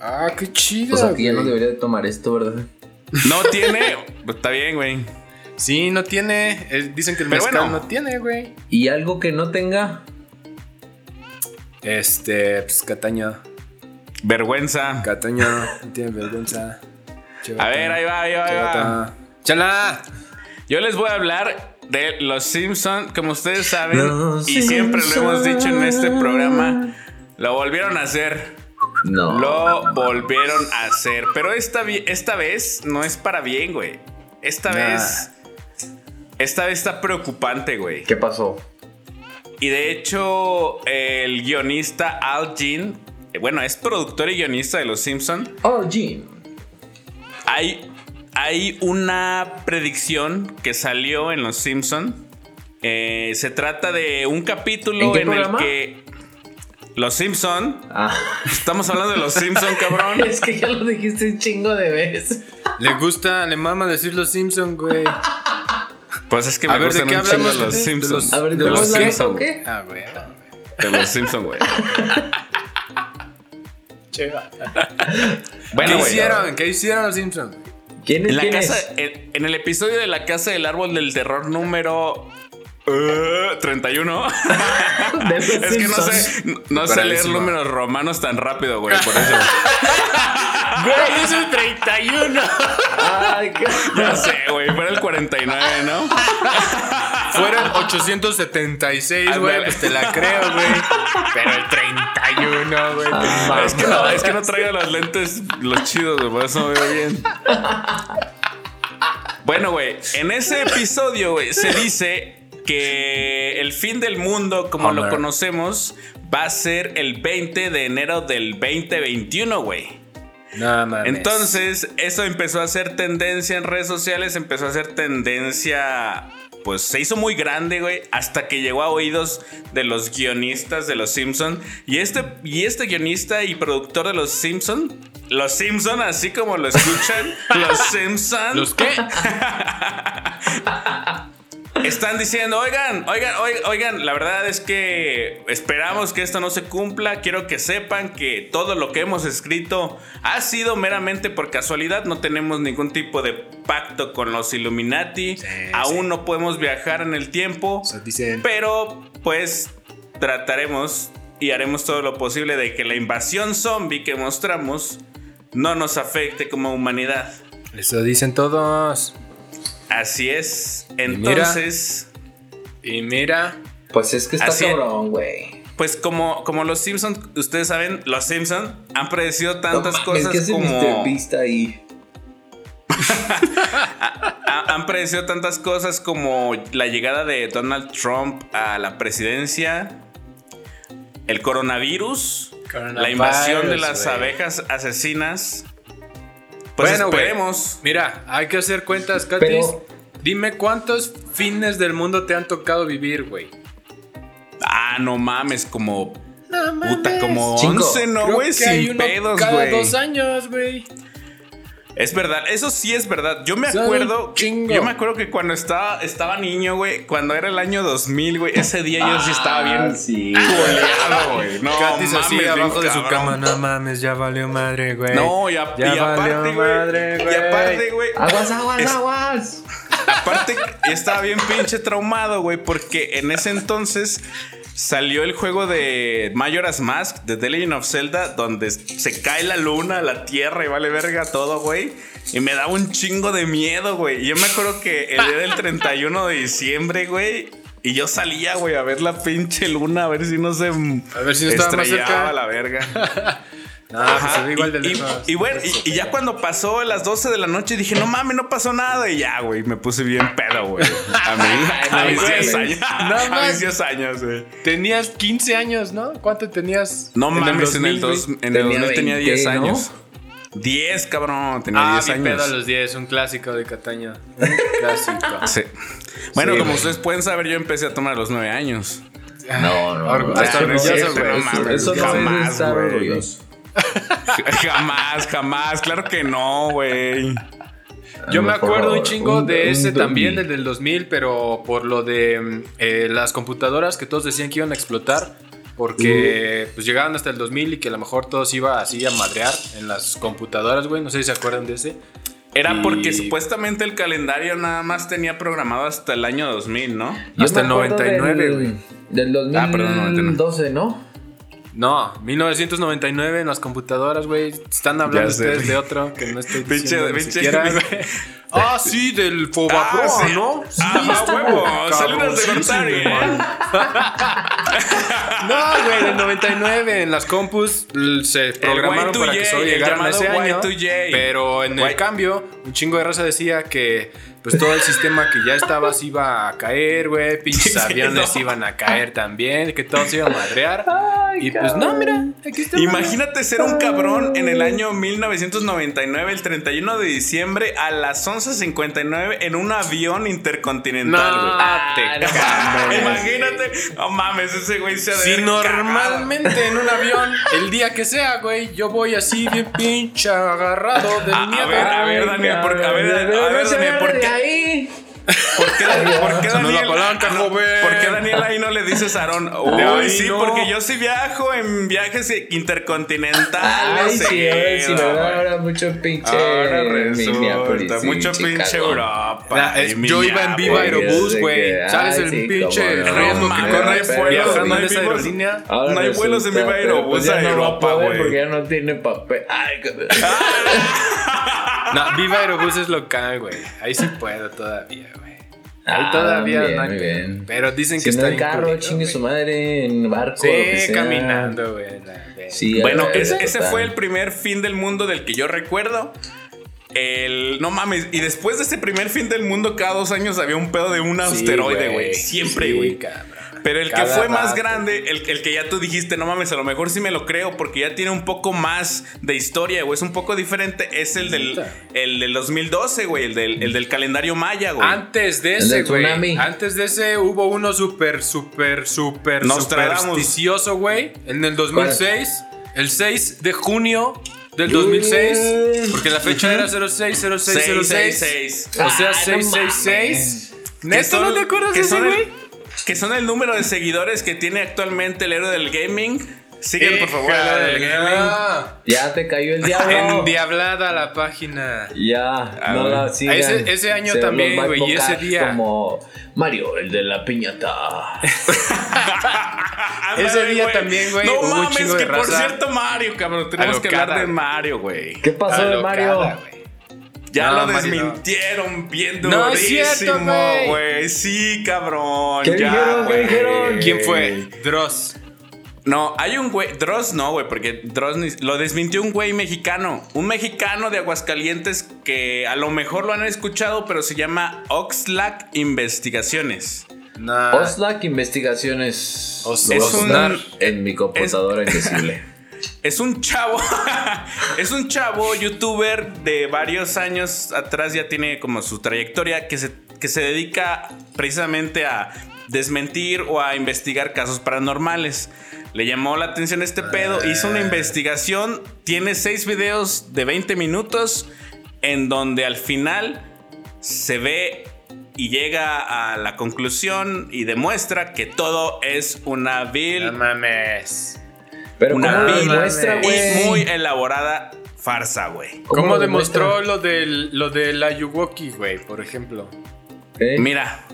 Ah, qué chido.
Pues
O sea, que ya no
güey.
debería de tomar esto, ¿verdad?
<laughs> No tiene. Pues está bien, güey.
Sí, no tiene. Eh, Dicen que el
Pero
mezcal
bueno.
no tiene, güey.
Y algo que no tenga.
Este, pues Cataño.
Vergüenza.
Cataño <laughs> no tiene vergüenza.
A ver, ahí va, ahí va, ahí va.
¡Chala!
Yo les voy a hablar de Los Simpson, como ustedes saben,
Los
y siempre lo hemos dicho en este
Simpson.
programa. Lo volvieron a hacer.
No.
Lo volvieron a hacer. Pero esta, vi- esta vez no es para bien, güey. Esta
Nah.
vez. Esta vez está preocupante, güey.
¿Qué pasó?
Y de hecho, el guionista Al Jean, eh, bueno, es productor y guionista de Los Simpson.
Oh, Jim.
Hay, hay una predicción que salió en Los Simpson. Eh, se trata de un capítulo
¿En qué
el
programa?
que Los Simpson,
Ah,
estamos hablando de Los Simpson, cabrón.
<laughs> es que ya lo dijiste un chingo de veces.
Le gusta, le mama decir los Simpson, güey.
Ah,
A
Pues es que me
ver, ¿de
gustan
qué
un chingo
hablamos?
los
güey?
Simpsons.
A ver, ¿de
de
los
los
Simpson,
Simpson,
o
güey.
qué?
Ah, güey.
De los Simpson,
<laughs>
güey.
¿Qué
Bueno, güey.
hicieron? ¿Qué hicieron los Simpson?
¿Quién es?
En, la
quién
casa,
es?
en, en el episodio de La Casa del Árbol del Terror número eh, <laughs> 31.
<laughs> De los
es que no
Simpson.
sé, no sé leer
Bravísimo.
números romanos tan rápido, güey. Por
<laughs>
eso. güey, es el 31.
Ay, qué-
No sé, güey. Fue el 49, ¿no?
Fueron 876,
Ándale.
güey. Pues te la creo, güey. Pero el 31, güey.
Ah,
Es que no, es que no traigo los lentes, los chidos, güey, por eso no veo bien. Bueno, güey, en ese episodio, güey, se dice que el fin del mundo, como lo
Homer.
conocemos, va a ser el 20 de enero del 2021, güey.
No mames.
Entonces, eso empezó a ser tendencia en redes sociales, empezó a ser tendencia pues se hizo muy grande, güey, hasta que llegó a oídos de los guionistas de Los Simpson y este y este guionista y productor de Los Simpson, Los Simpson así como lo escuchan,
<laughs>
Los Simpson.
¿Los qué?
Están diciendo, oigan, oigan, oigan, oigan, la verdad es que esperamos que esto no se cumpla. Quiero que sepan que todo lo que hemos escrito ha sido meramente por casualidad. No tenemos ningún tipo de pacto con los Illuminati.
Sí,
Aún
sí.
no podemos viajar en el tiempo.
sea, dicen-
Pero, pues, trataremos y haremos todo lo posible de que la invasión zombie que mostramos no nos afecte como humanidad.
Eso dicen todos.
Así es.
mira.
Entonces...
Y mira,
Pues es que está
Así es.
cabrón, güey.
Pues como, como los Simpson, ustedes saben, los Simpson han predecido
No
tantas
mames,
cosas
¿qué hace Mr.
como
Beast ahí?
ha- han predecido tantas cosas como la llegada de Donald Trump a la presidencia, el coronavirus, la
Coronavirus,
invasión de las
güey.
abejas asesinas. Pues
Bueno, güey.
esperemos.
mira, hay que hacer cuentas, Catis.
Pero-
Dime cuántos fines del mundo te han tocado vivir, güey.
Ah, no mames, como puta, como
Cinco.
11, no
Creo
güey,
que
sin
hay uno
pedos,
cada
güey.
dos años, güey.
Es verdad, eso sí es verdad. Yo me
Son
acuerdo,
un chingo.
yo me acuerdo que cuando estaba estaba niño, güey, cuando era el año 2000, güey, ese día yo sí
Ah,
estaba bien
Ah, sí.
culeado, güey. No,
Catis así
mames,
abajo
bien
de su
cabrón.
cama. No mames, ya valió madre, güey.
No, y, a-
Ya
y
valió
aparte,
madre,
güey. Y aparte, güey.
Aguas, aguas,
Es-
aguas.
Aparte, estaba bien pinche traumado, güey, porque en ese entonces salió el juego de Majora's Mask, de The Legend of Zelda, donde se cae la luna, la tierra y vale verga todo, güey. Y me daba un chingo de miedo, güey. Y Yo me acuerdo que el día del 31 de diciembre, güey. Y yo salía, güey, a ver la pinche luna, a ver si no se
A ver si no estaba más
estrellaba
cerca.
la verga.
No,
Ajá,
pues se ve igual del
y,
de todos.
y- y bueno, y, y ya cuando pasó a las 12 de la noche dije, no mames, no pasó nada. Y ya, güey, me puse bien pedo, güey. A, mí- a
Ay,
mis
güey.
10 años.
No
<laughs> a
mames.
mis 10 años, güey.
Tenías 15 años, ¿no? ¿Cuánto tenías?
No mames, en el,
2000,
dos,
güey?
en el
Tenía
2000 tenía 10
20, ¿no?
años. 10, cabrón, tenía
Ah,
10
mi pedo a
años.
los 10, un clásico de Cataño. Un <laughs> clásico.
Sí. Bueno,
Sí,
como
güey.
ustedes pueden saber, yo empecé a tomar a los 9 años. <laughs>
No, no.
Orgu-
no,
hasta
eso no,
orgulloso,
eso-
güey.
eso-
mames,
Eso no es
jamás,
estar
güey.
orgulloso.
jamás, jamás, claro que no, güey.
Yo me
No, por
acuerdo un
favor,
chingo
un-
de
un
ese
dormí.
también, el del 2000, pero por lo de mm, eh, las computadoras que todos decían que iban a explotar,
Mm.
porque pues llegaban hasta el 2000 y que a lo mejor todos iba así a madrear en las computadoras, güey. No sé si se acuerdan de ese.
Era porque
Y-
supuestamente el calendario nada más tenía programado hasta el año 2000, ¿no?
Yo
Hasta
me
el
acuerdo
99, güey.
Del, del
Ah, perdón,
2012, ¿no?
No, 1999 en las computadoras, güey. Están hablando
Ya sé,
ustedes
güey.
de otro que no
<laughs>
estoy
Pinche-
diciendo ni
pinche-
siquiera, güey. <laughs> Ah, sí, del Fobaproa,
Ah, sí.
¿no?
Ah,
está
huevo,
cabrón,
saludos de
sí,
Gortari,
sí,
¿eh?
güey. <laughs> No, güey, del 99 en las compus l- se programaron para que
Y2J,
solo
el
llegaran a ese
llamado
año.
Y2J.
Pero en el
Y-
cambio, un chingo de raza decía que pues todo el sistema que ya estaba se iba a caer,
<laughs>
güey, pinches
Sí,
aviones
no.
iban a caer también, que todo se iba a madrear.
<laughs>
Ay,
y pues no,
cabrón.
mira, aquí está.
Imagínate ser un cabrón en el año 1999, el 31 de diciembre, a las 11.59 en un avión
No,
intercontinental, güey.
te
Ah, no
cagas.
mames.
Imagínate, no mames, ese güey se ha de
Si
ver
normalmente en un avión, el día que sea, güey, yo voy así bien pinche agarrado del
Ah, A- a
miedo.
ver, a ver, Daniel, por- a ver, a ver, Daniel, ¿por qué?
ahí.
¿Por qué, Dan- por qué
Sonó la
Daniel,
palanca,
no,
joven.
¿por qué Daniel ahí no le dices a
<laughs>
Aarón? Uy,
ahí
sí,
no.
porque yo sí viajo en viajes intercontinentales.
Ay, sí, ahora sí,
seguido, Ah,
¿verdad?
güey.
Ahora mucho pinche.
Ahora resulta
Minneapolis, sí,
mucho pinche
Chicago.
Europa.
La- es-
y
yo iba en Viva
Minneapolis.
güey,
Aerobús,
desde
güey.
que-
¿Sabes
ay,
el
sí,
pinche
cómo no.
riesgo
No
que
mames,
corre
güey,
viajando
no hay
en esa
vivos.
aerolínea?
Ahora
No hay
resulta,
vuelos en Viva
pero
Aerobús
pues ya
a
no va
Europa,
poder
güey.
Porque ya no tiene papel. Ay, cabrón.
No, Viva Aerobús es local, güey. Ahí sí puedo todavía, güey. Ahí
Ah,
todavía
bien,
no hay
muy
pedo.
bien.
Pero dicen
Si
que
no
está
en
bien
carro,
culero,
chingue
güey.
su madre, en barco. lo que
Sí,
sea.
caminando, güey. la verga.
Sí, a
Bueno,
la
ese,
verga,
ese
total.
fue el primer fin del mundo del que yo recuerdo. El, no mames, y después de ese primer fin del mundo, cada dos años había un pedo de un
Sí,
asteroide, güey.
Sí,
Siempre, güey.
cabrón.
Pero el que
Cada
fue más
rato.
grande, el, el que ya tú dijiste, no mames, a lo mejor sí me lo creo porque ya tiene un poco más de historia, güey, es un poco diferente, es el del,
Neta.
el del 2012, güey, el del, el del calendario maya, güey.
Antes de
El
ese,
del
güey.
tsunami.
Antes de ese hubo uno súper, súper, súper
Nostradamus.
supersticioso, güey. En el 2006. El 6 de junio del 2006. Porque la fecha era
666.
060606. O sea,
Ah, no
666. ¿Neta
Que
no
son-
te acuerdas de
que
ese,
son el-
güey?
Que son el número de seguidores que tiene actualmente el héroe del gaming. Sigan, por favor, Ah, al
Hija
héroe
de
del gaming.
la-
Ya te cayó
<laughs>
el diablo.
Endiablada la página.
Ya,
Ah,
no
güey.
la sigan.
Ese- ese año
los
también,
va a
güey, y ese
invocar
día.
Como Mario, el de la piñata.
Ándale,
Ah, Ese día
güey.
también, güey,
No
hubo un
mames,
chingo de
que por
raza
cierto, Mario, cabrón. Tenemos que
alocada,
hablar de
güey.
Mario, güey.
¿Qué pasó de Mario?
Alocada, güey.
Ya
No,
lo
Mario, no.
desmintieron bien
No, es cierto,
durísimo,
güey.
güey. Sí, cabrón.
¿Qué
ya,
dijeron? ¿Qué
güey.
dijeron?
¿Quién fue? Dross.
No, hay un güey. Dross no, güey, porque Dross ni- lo desmintió un güey mexicano. Un mexicano de Aguascalientes que a lo mejor lo han escuchado, pero se llama Oxlack Investigaciones.
Nah.
Oslac Investigaciones.
Os-
Lo voy a
es un-
poner en mi computadora
<laughs>
indecible.
Es un chavo. <laughs> es un chavo youtuber de varios años atrás. Ya tiene como su trayectoria que se, que se dedica precisamente a desmentir o a investigar casos paranormales. Le llamó la atención este pedo. Hizo una investigación. Tiene seis videos de 20 minutos. En donde al final se ve y llega a la conclusión y demuestra que todo es una vil
No mames.
Pero
Una
¿cómo lo
vil
demuestra,
y
güey?
muy elaborada farsa, güey.
¿Cómo
¿Cómo,
lo
demostró lo del, lo del Ayuwoki, güey, por ejemplo?
¿Eh?
Mira,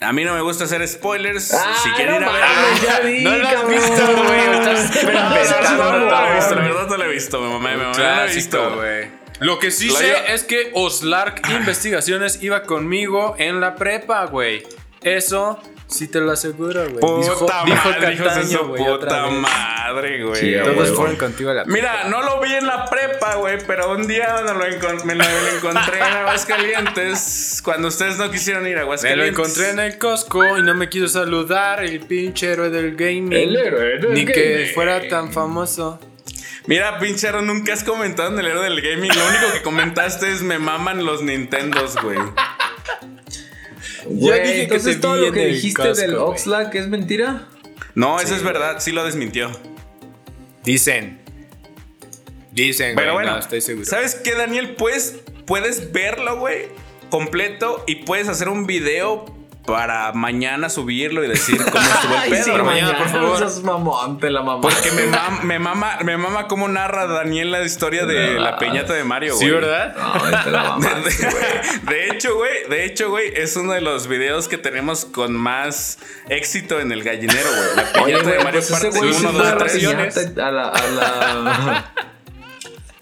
a mí no me gusta hacer spoilers.
Ah,
si quieren
no
ir a
mames,
<laughs> verlo.
ya vi,
No lo has
cabrón.
visto, güey, lo estás inventando,
No, no, no, no lo he visto, la
güey.
verdad no lo he visto, me mamé, me mamé, no lo he
Clásico,
visto.
güey. Lo que sí
Lo
sé
yo- Ah.
es que Oslark Investigaciones iba conmigo en la prepa, güey. Eso sí te lo aseguro, güey.
Puta madre, hijos de
Cataño,
su
güey, otra
puta
vez.
madre, güey.
Sí,
Todos
a huevo.
Todos
fueron-
fueron contigo a la
Mira, no lo vi en la prepa, güey, pero un día me lo, encon- me lo- me lo
<laughs>
encontré en Aguascalientes cuando ustedes no quisieron ir a
Me lo
Aguascalientes.
encontré en el Costco y no me quiso saludar el pinche héroe del gaming.
El héroe del
Ni que
gaming.
fuera tan famoso.
Mira, pinchero, nunca has comentado en el héroe del gaming. Lo único que comentaste es me maman los Nintendos, güey.
Güey,
Ya dije que
entonces
te
todo
vi
lo
en
que
el
dijiste
casco,
del
güey.
Oxlack es mentira.
No, eso es verdad, sí lo desmintió.
Dicen. Dicen,
Pero
güey,
bueno,
no, estoy seguro.
¿sabes qué, Daniel? Pues puedes verlo, güey, completo y puedes hacer un video para mañana subirlo y decir cómo estuvo
<laughs>
el pedo.
sí,
güey.
mañana, por favor.
Esas mamón, te la mamá.
Porque me, mam- me mama, me mama cómo narra Daniel la historia de
No.
la peñata de Mario, güey.
ah, Sí, ¿verdad?
No,
<laughs>
te la mamá.
De hecho, güey, de hecho, güey, es uno de los videos que tenemos con más éxito en el gallinero, güey. La
Oye,
piñata de
güey,
Mario
pues ese
parte
güey sí
1,
fue a
2,
la
3 millones.
piñata, A la, a
<laughs>
la...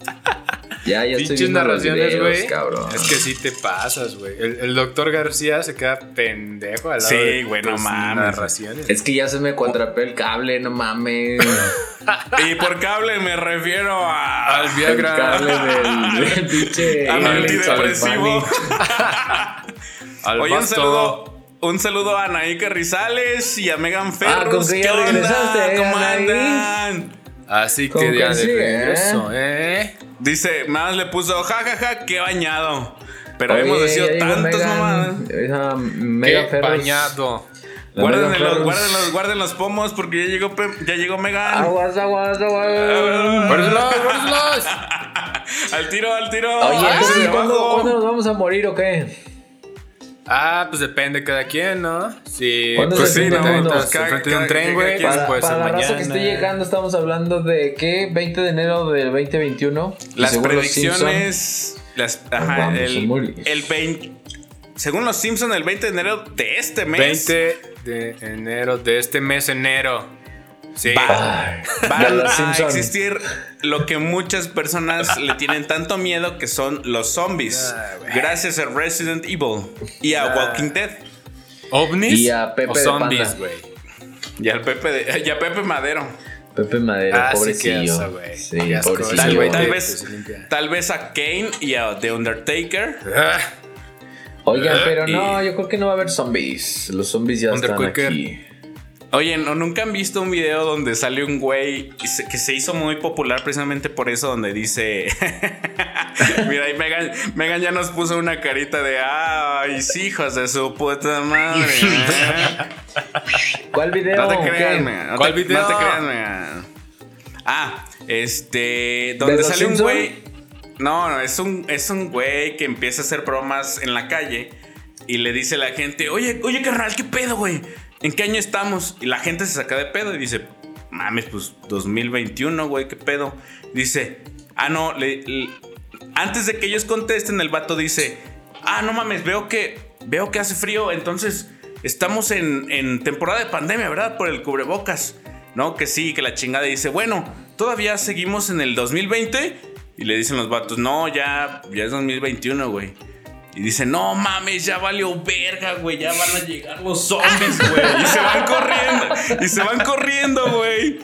<laughs> ya, ya estoy
Pinches
viendo los
narraciones,
videos,
güey.
cabrón.
Es que sí te pasas, güey. El, el doctor García se queda pendejo al lado
Sí,
de
güey, no
tus
mames.
narraciones.
Es que ya se me cuatrapé el cable, no mames.
Y por cable me refiero a...
Al
El
<laughs> Viagra.
cable del, del
<laughs>
pinche...
al
del
antidepresivo.
Xalpani.
Al
Oye, un
Basto.
saludo. Un saludo a Anaí Carrizales y a Megan Ferros.
Ah, con que ya regresaste, eh,
¿Cómo
Anaí?
andan?
Así
Como
que ya
que
de
sí, ¿eh?
regreso, ¿eh?
Dice, más le puso, jajaja, ja, ja, qué bañado. Pero
Oye,
hemos decidido
ya llegó
tantas
Megan,
mamadas.
esa Mega
Qué
Ferros.
bañado.
La
Guarden
Megan
los,
Ferros.
guarden los, guarden los pomos porque ya llegó, Pe- ya llegó Megan.
Aguas, aguas, aguas.
¡Guárdalos, guárdalos!
Al tiro, al tiro.
Oye,
Ay,
entonces,
hacia
¿cuándo,
abajo.
¿cuándo nos vamos a morir o qué?
Ah, pues depende de cada quien, ¿no? Sí,
¿Cuándo
pues
es
sí,
el
no,
fin de
estás
mundo?
enfrente de un
Cada-
tren,
cada
güey.
quien.
pues
Para,
puede ser
para este la raza
mañana.
que esté llegando, estamos hablando de que 20 de enero del 2021.
Las
según los
predicciones. Las, ajá,
Vamos a
el,
morir.
el 20. Según los Simpsons, el 20 de enero de este mes.
20 de enero de este mes, enero. Sí.
Va, va
<laughs> De los
a
Simpson.
existir lo que muchas personas le tienen tanto miedo que son los zombies.
Ah, güey.
gracias a Resident Evil y a
Ah.
Walking Dead.
¿Ovnis?
Y a Pepe
o
de
zombies,
Panda.
güey.
Y al Pepe de- y a Pepe Madero.
Pepe Madera,
Ah, sí,
pobrecillo.
qué asco, güey.
Sí,
Qué asco,
pobrecillo.
Tal,
Sí,
vez-
güey.
tal
Sí,
vez,
se limpia.
tal vez a Kane y a The Undertaker.
Ah,
Oigan,
Eh,
pero no,
y-
yo creo que no va a haber zombies. Los zombies ya están
Underquaker.
aquí.
Oye, ¿no, ¿nunca han visto un video donde sale un güey que se, que se hizo muy popular precisamente por eso, donde dice... <laughs> Mira, ahí Megan, Megan ya nos puso una carita de... ¡Ay, hijos de su puta madre!
¿Cuál video?
No te
¿Qué?
creas, Megan. No
¿Cuál
te-
video?
No te creas, Megan. Ah, este... Donde
los
sale un
Simpson?
güey... No, no, es un, es un güey que empieza a hacer bromas en la calle y le dice a la gente, oye, oye, carnal, ¿qué pedo, güey? ¿En qué año estamos? Y la gente se saca de pedo y dice, mames, pues 2021, güey, ¿qué pedo? Dice, ah, no, le- le- antes de que ellos contesten, el vato dice, ah, no mames, veo que, veo que hace frío, entonces estamos en, en temporada de pandemia, ¿verdad? Por el cubrebocas. No, que sí, que la chingada. Y dice, bueno, todavía seguimos en el 2020. Y le dicen los vatos, no, ya, ya es 2021, güey. Y dice, no mames, ya valió verga, güey. Ya van a llegar los
<laughs>
zombies, güey. Y se van corriendo. Y se van corriendo, güey.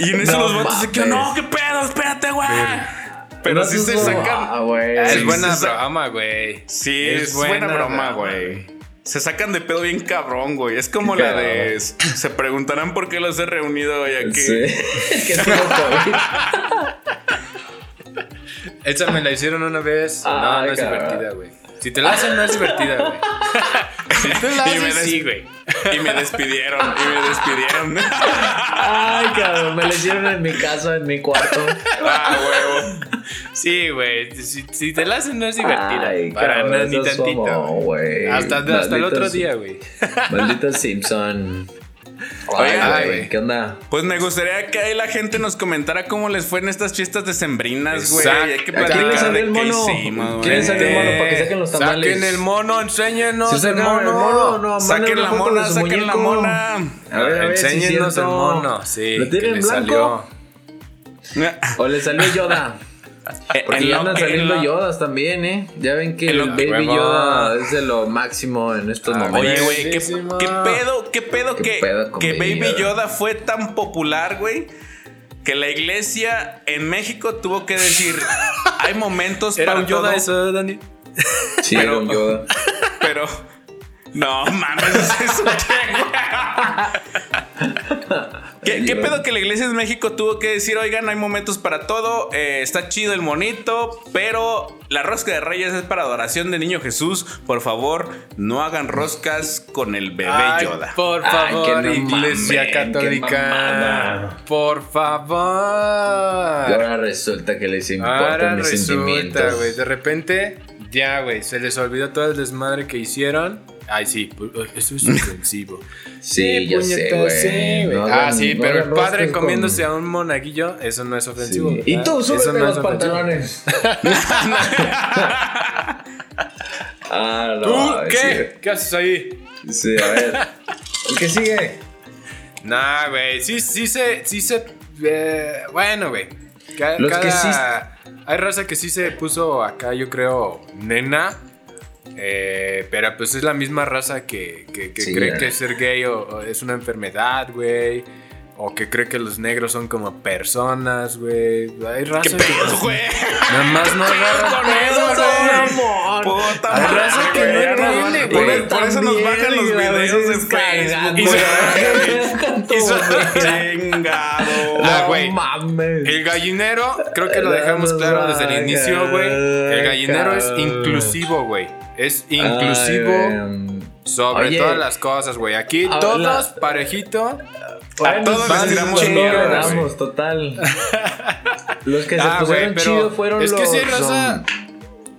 Y en eso
No
los vatos se quedan,
mames.
no, qué pedo, espérate, güey.
No
Pero sí
seas
se
mamá,
sacan.
Ah, güey.
Sí, sí,
Es buena
sí.
broma, güey.
Sí, es, buena, broma, güey. Se sacan de pedo bien cabrón, güey. Es como la de. Se preguntarán por qué los he reunido hoy aquí.
Sí. Es <laughs> que tengo COVID.
Esa me la hicieron una vez. no,
Ay,
no es
Ah, cabrón.
divertida, güey. Si te la hacen, no es
<laughs>
divertida, güey. Si te la
Y me
hacen,
des-
sí, güey.
Y me despidieron, y me
<laughs>
despidieron.
Ay, cabrón, me lo hicieron en mi casa, en mi cuarto.
ah, huevo.
Sí, güey. Si, si te la hacen, no es divertida.
Ay,
para
cabrón,
nada, ni
esos
tantito.
somos, güey.
Hasta, hasta el
Malditos-
otro día, güey.
Maldito Simpson.
Oye,
Ay, güey,
güey.
¿qué onda?
Pues me gustaría que ahí la gente nos comentara cómo les fue en estas fiestas decembrinas, güey.
Exacto.
Hay que
¿A quién le
platicar
salió
de
el
qué
mono?
hicimos,
¿Quién
güey.
le salió el mono? Para que saquen los tamales.
Eh, Saquen el mono, enséñenos.
¿Sí sacaron el mono? No, manden
Saquen
Ah, una
la
foto de
mona,
su
saquen la
muñeco.
mona. <laughs>
A ver, a ver, sí es
enséñenos el
cierto.
mono. Sí,
¿Lo tienen
que le
blanco?
salió.
O le salió Yoda. <laughs> Porque
En
ya
lo-
andan
en
saliendo
lo-
Yodas también, ¿eh? Ya ven que
En
el
lo-
Baby
Huevo.
Yoda es de lo máximo en estos
Ah,
momentos.
Oye, güey, ¿qué,
Buenísima.
qué pedo, qué pedo
¿Qué
que,
pedo con
que
Baby
Baby
Yoda?
Yoda fue tan popular, güey, que la iglesia en México tuvo que decir, hay momentos
¿Era
para
un Yoda
todo,
eso, Dani?
<laughs> Sí, era un
<laughs>
Yoda.
pero no mames, eso ¿Qué, ¿Qué pedo que la iglesia en México tuvo que decir, oigan, hay momentos para todo, eh, está chido el monito, pero la rosca de reyes es para adoración de niño Jesús, por favor, no hagan roscas con el bebé
Ay,
Yoda.
Por
Ay,
favor,
que no
Iglesia
mamen, qué
Católica.
mamada.
Por
Y
favor.
ahora resulta que les
Ahora
importan mis
resulta,
sentimientos.
güey. De repente, ya, güey. Se les olvidó todo el desmadre que hicieron. Ay, sí. pu- Eso es ofensivo.
<laughs> Sí, ya sé,
puñetas, sí,
güey. No
ah,
hagan-
sí,
no
pero el
hagan
padre
roscas con-
comiéndose a un monaguillo, eso no es
Sí.
ofensivo.
Y tú,
sube
súbete los
<laughs>
pantalones. <laughs> ah, no.
¿Tú
a ver,
qué? ¿Qué haces ahí?
Sí, Sí, a ver. ¿El que sigue?
Nah, güey. Sí, sí se. Sí se eh, bueno, güey. Ca-
Los que
cada- Hay raza que sí se puso acá, yo creo, nena. eh, pero pues es la misma raza que, que- que
Sí,
cree
ya.
que ser gay o- o es una enfermedad, güey. O que cree que los negros son como personas, güey. Hay raza
¿Qué pedo, güey?
Nada más no
<laughs>
agarran
con eso,
pedo, güey.
Puta
Hay
madre,
raza que
güey,
no
ya nos van a-
entiende,
por-
güey.
Por eso nos bajan los videos de <laughs>
<laughs>
Facebook.
Y
Y se-
se
y se- <laughs> Chingado.
Ah,
No
güey.
mames.
El gallinero, creo que lo dejamos claro desde el inicio, güey. El gallinero es inclusivo, güey. Es inclusivo sobre
Oye.
todas las cosas, güey. Aquí
Habla-
todos parejito.
A todos les
Van
tiramos
chingando,
mierda, güey.
Damos,
<laughs>
total. Los que
Ah,
se
güey,
pusieron
pero
chido fueron
es
los
que sí, raza.
son-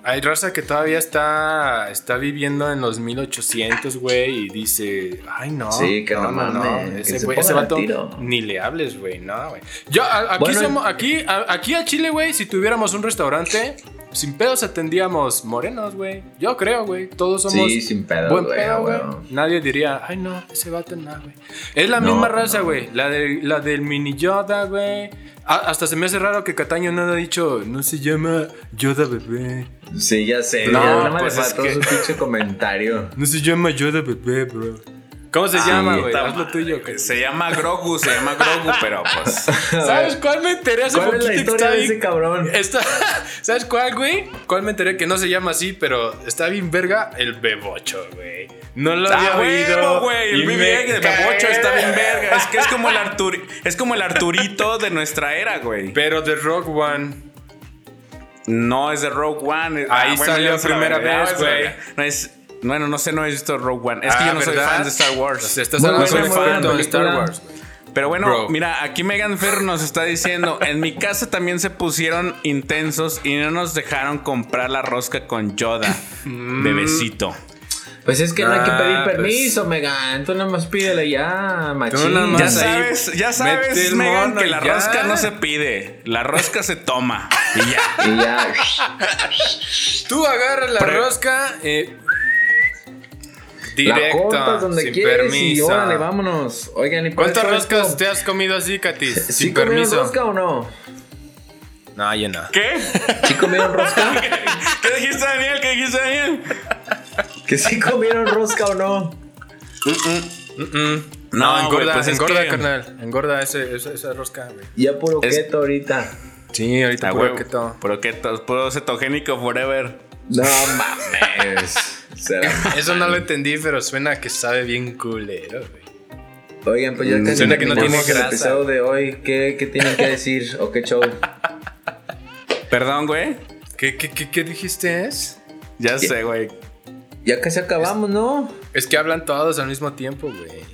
Hay raza que todavía está, está viviendo en los 1800, güey, y dice, ay no,
Sí, que no mames, que
ese,
se
güey,
pongan
ese
al
vato
tiro.
ni le hables, güey, no, güey. Yo a- aquí
Bueno,
somos, aquí, a, aquí a Chile, güey, si tuviéramos un restaurante, sin pedos atendíamos morenos, güey. Yo creo, güey, todos somos
Sí, sin pedo,
buen
güey,
pedo, güey.
güey.
Nadie diría, ay no, ese vato no, güey. Es la
No,
misma raza,
no.
güey. La, de, la del mini Yoda, güey. A- hasta se me hace raro que Cataño no haya dicho, no se llama Yoda bebé.
Sí, ya sé.
No,
ya, nada
pues
más le
es
faltó
que-
su pinche
<laughs>
comentario.
No se llama Yoda bebé, bro. ¿Cómo se
Ah,
llama,
sí.
güey?
Puta
Haz lo
madre,
tuyo,
güey.
güey.
Se llama Grogu, se llama Grogu, pero pues.
¿Sabes cuál me enteré hace
¿Cuál es
poquito
la
que
historia
está
de
bien-
ese
<laughs>
cabrón?
está- ¿Sabes cuál, güey? ¿Cuál me enteré que no se llama así, pero está bien verga? El bebocho, güey. No <laughs> lo
Ah,
había
bueno,
oído.
güey. El
y me
BB-8
cagué.
está bien verga. Es que es como el Arturi- es como el Arturito de nuestra era, güey.
<laughs> Pero de Rock One.
No es de Rogue One. es-
Ahí salió
ya es la
primera
verga,
vez,
ya es la
güey.
verga. No es- Bueno, no sé, no he visto Rogue One. Es que
Ah,
yo no soy
¿verdad?
fan de Star
O
Wars.
sea, estás
Muy
hablando
buena,
de
muy buena
experto en Star
película.
Wars, güey.
Pero bueno,
Bro.
mira, aquí Megan Fer nos está diciendo, en mi casa también se pusieron intensos y no nos dejaron comprar la rosca con Yoda,
Mm.
bebecito.
Pues es que no hay que
Ah,
pedir
pues.
permiso, Megan. Tú nada más pídele ya, machín.
Tú nada más
Ya
ahí,
sabes, ya
mete
sabes,
el
Megan,
mono
que
y
la
ya.
rosca no se pide, la rosca se toma y ya.
Y ya.
<laughs> Tú agarras la
Pre-
rosca eh,
la
directo,
cortas donde
sin
quieres y
permiso.
órale, vámonos. Oigan, ¿y por
¿Cuántas
todo esto-
roscas te has comido así, Katis? Sin
¿Sí comieron
permiso.
rosca o no?
No, yo no.
¿Qué?
¿Sí comieron rosca?
<laughs>
<laughs>
¿Qué dijiste, Daniel? ¿Qué dijiste, Daniel?
¿Que sí comieron rosca o no?
Mm,
No,
engorda,
güey, pues es
engorda,
que-
carnal. Engorda ese, esa, esa rosca, güey.
Ya puro
Es-
keto ahorita.
Sí, ahorita
Ah,
puro
güey,
keto.
Puro keto, puro cetogénico forever.
No mames. Será.
Eso no lo entendí, pero suena que sabe bien culero, güey.
Oigan, pues ya
Mm,
casi
suena que
no
terminamos
tiene
el
grasa.
episodio de hoy. ¿Qué, qué tienen que decir o qué show?
Perdón, güey.
¿Qué, qué, qué, qué dijiste es?
Ya sé, güey.
Ya casi acabamos, ¿no?
Es que hablan todos al mismo tiempo, güey.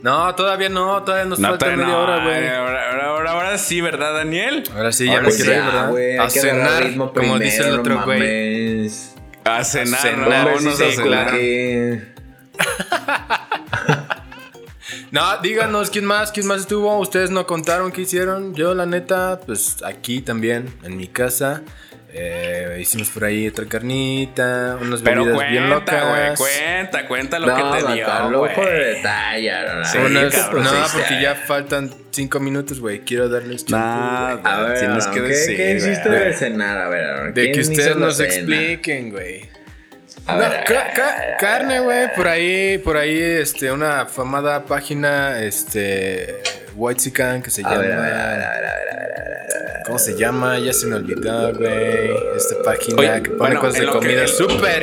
No, todavía no, todavía nos
No,
falta
te-
media
no, eh.
hora, güey.
Ahora, ahora, ahora, ahora sí, ¿verdad, Daniel?
Ahora sí, ya
Ah,
me
pues
quiero ir,
ya,
¿verdad?
güey, hay
a
que agarrar
cenar,
ritmo
como dice el
primero,
otro
no
güey.
mames.
A cenar,
cenar,
¿no?
sí,
Vámonos a
sí,
cenar.
claro.
Eh,
No, díganos quién más, quién más estuvo. Ustedes no contaron qué hicieron. Yo, la neta, pues aquí también, en mi casa. eh, hicimos por ahí otra carnita, unas
Pero
bebidas bien
cuenta, güey,
locas.
cuenta, cuenta lo
No,
que te
vaca,
dio,
luego por
güey.
el detalle. ahora,
Sí,
ahí,
Unas-
cabrón,
no,
sí,
porque
sí.
ya faltan cinco minutos, güey. Quiero darles tiempo. güey.
A ver,
tienes que
¿qué,
decir.
¿qué hiciste
güey.
de cenar? A ver, a ver.
De que
¿quién
ustedes
hizo la
nos
cena?
expliquen, güey.
A
No,
ver, a ver,
ca-
a ver,
ca-
a ver,
carne,
a ver.
güey. Por ahí, por ahí, este, una famada página, este, White que se
A
llama.
ver, a ver, a ver, a ver, a ver, a ver, a ver.
¿Cómo se llama? Ya se me olvidó, güey. Esta página
Oye,
que pone
bueno,
cosas
en
de
lo que-
comida súper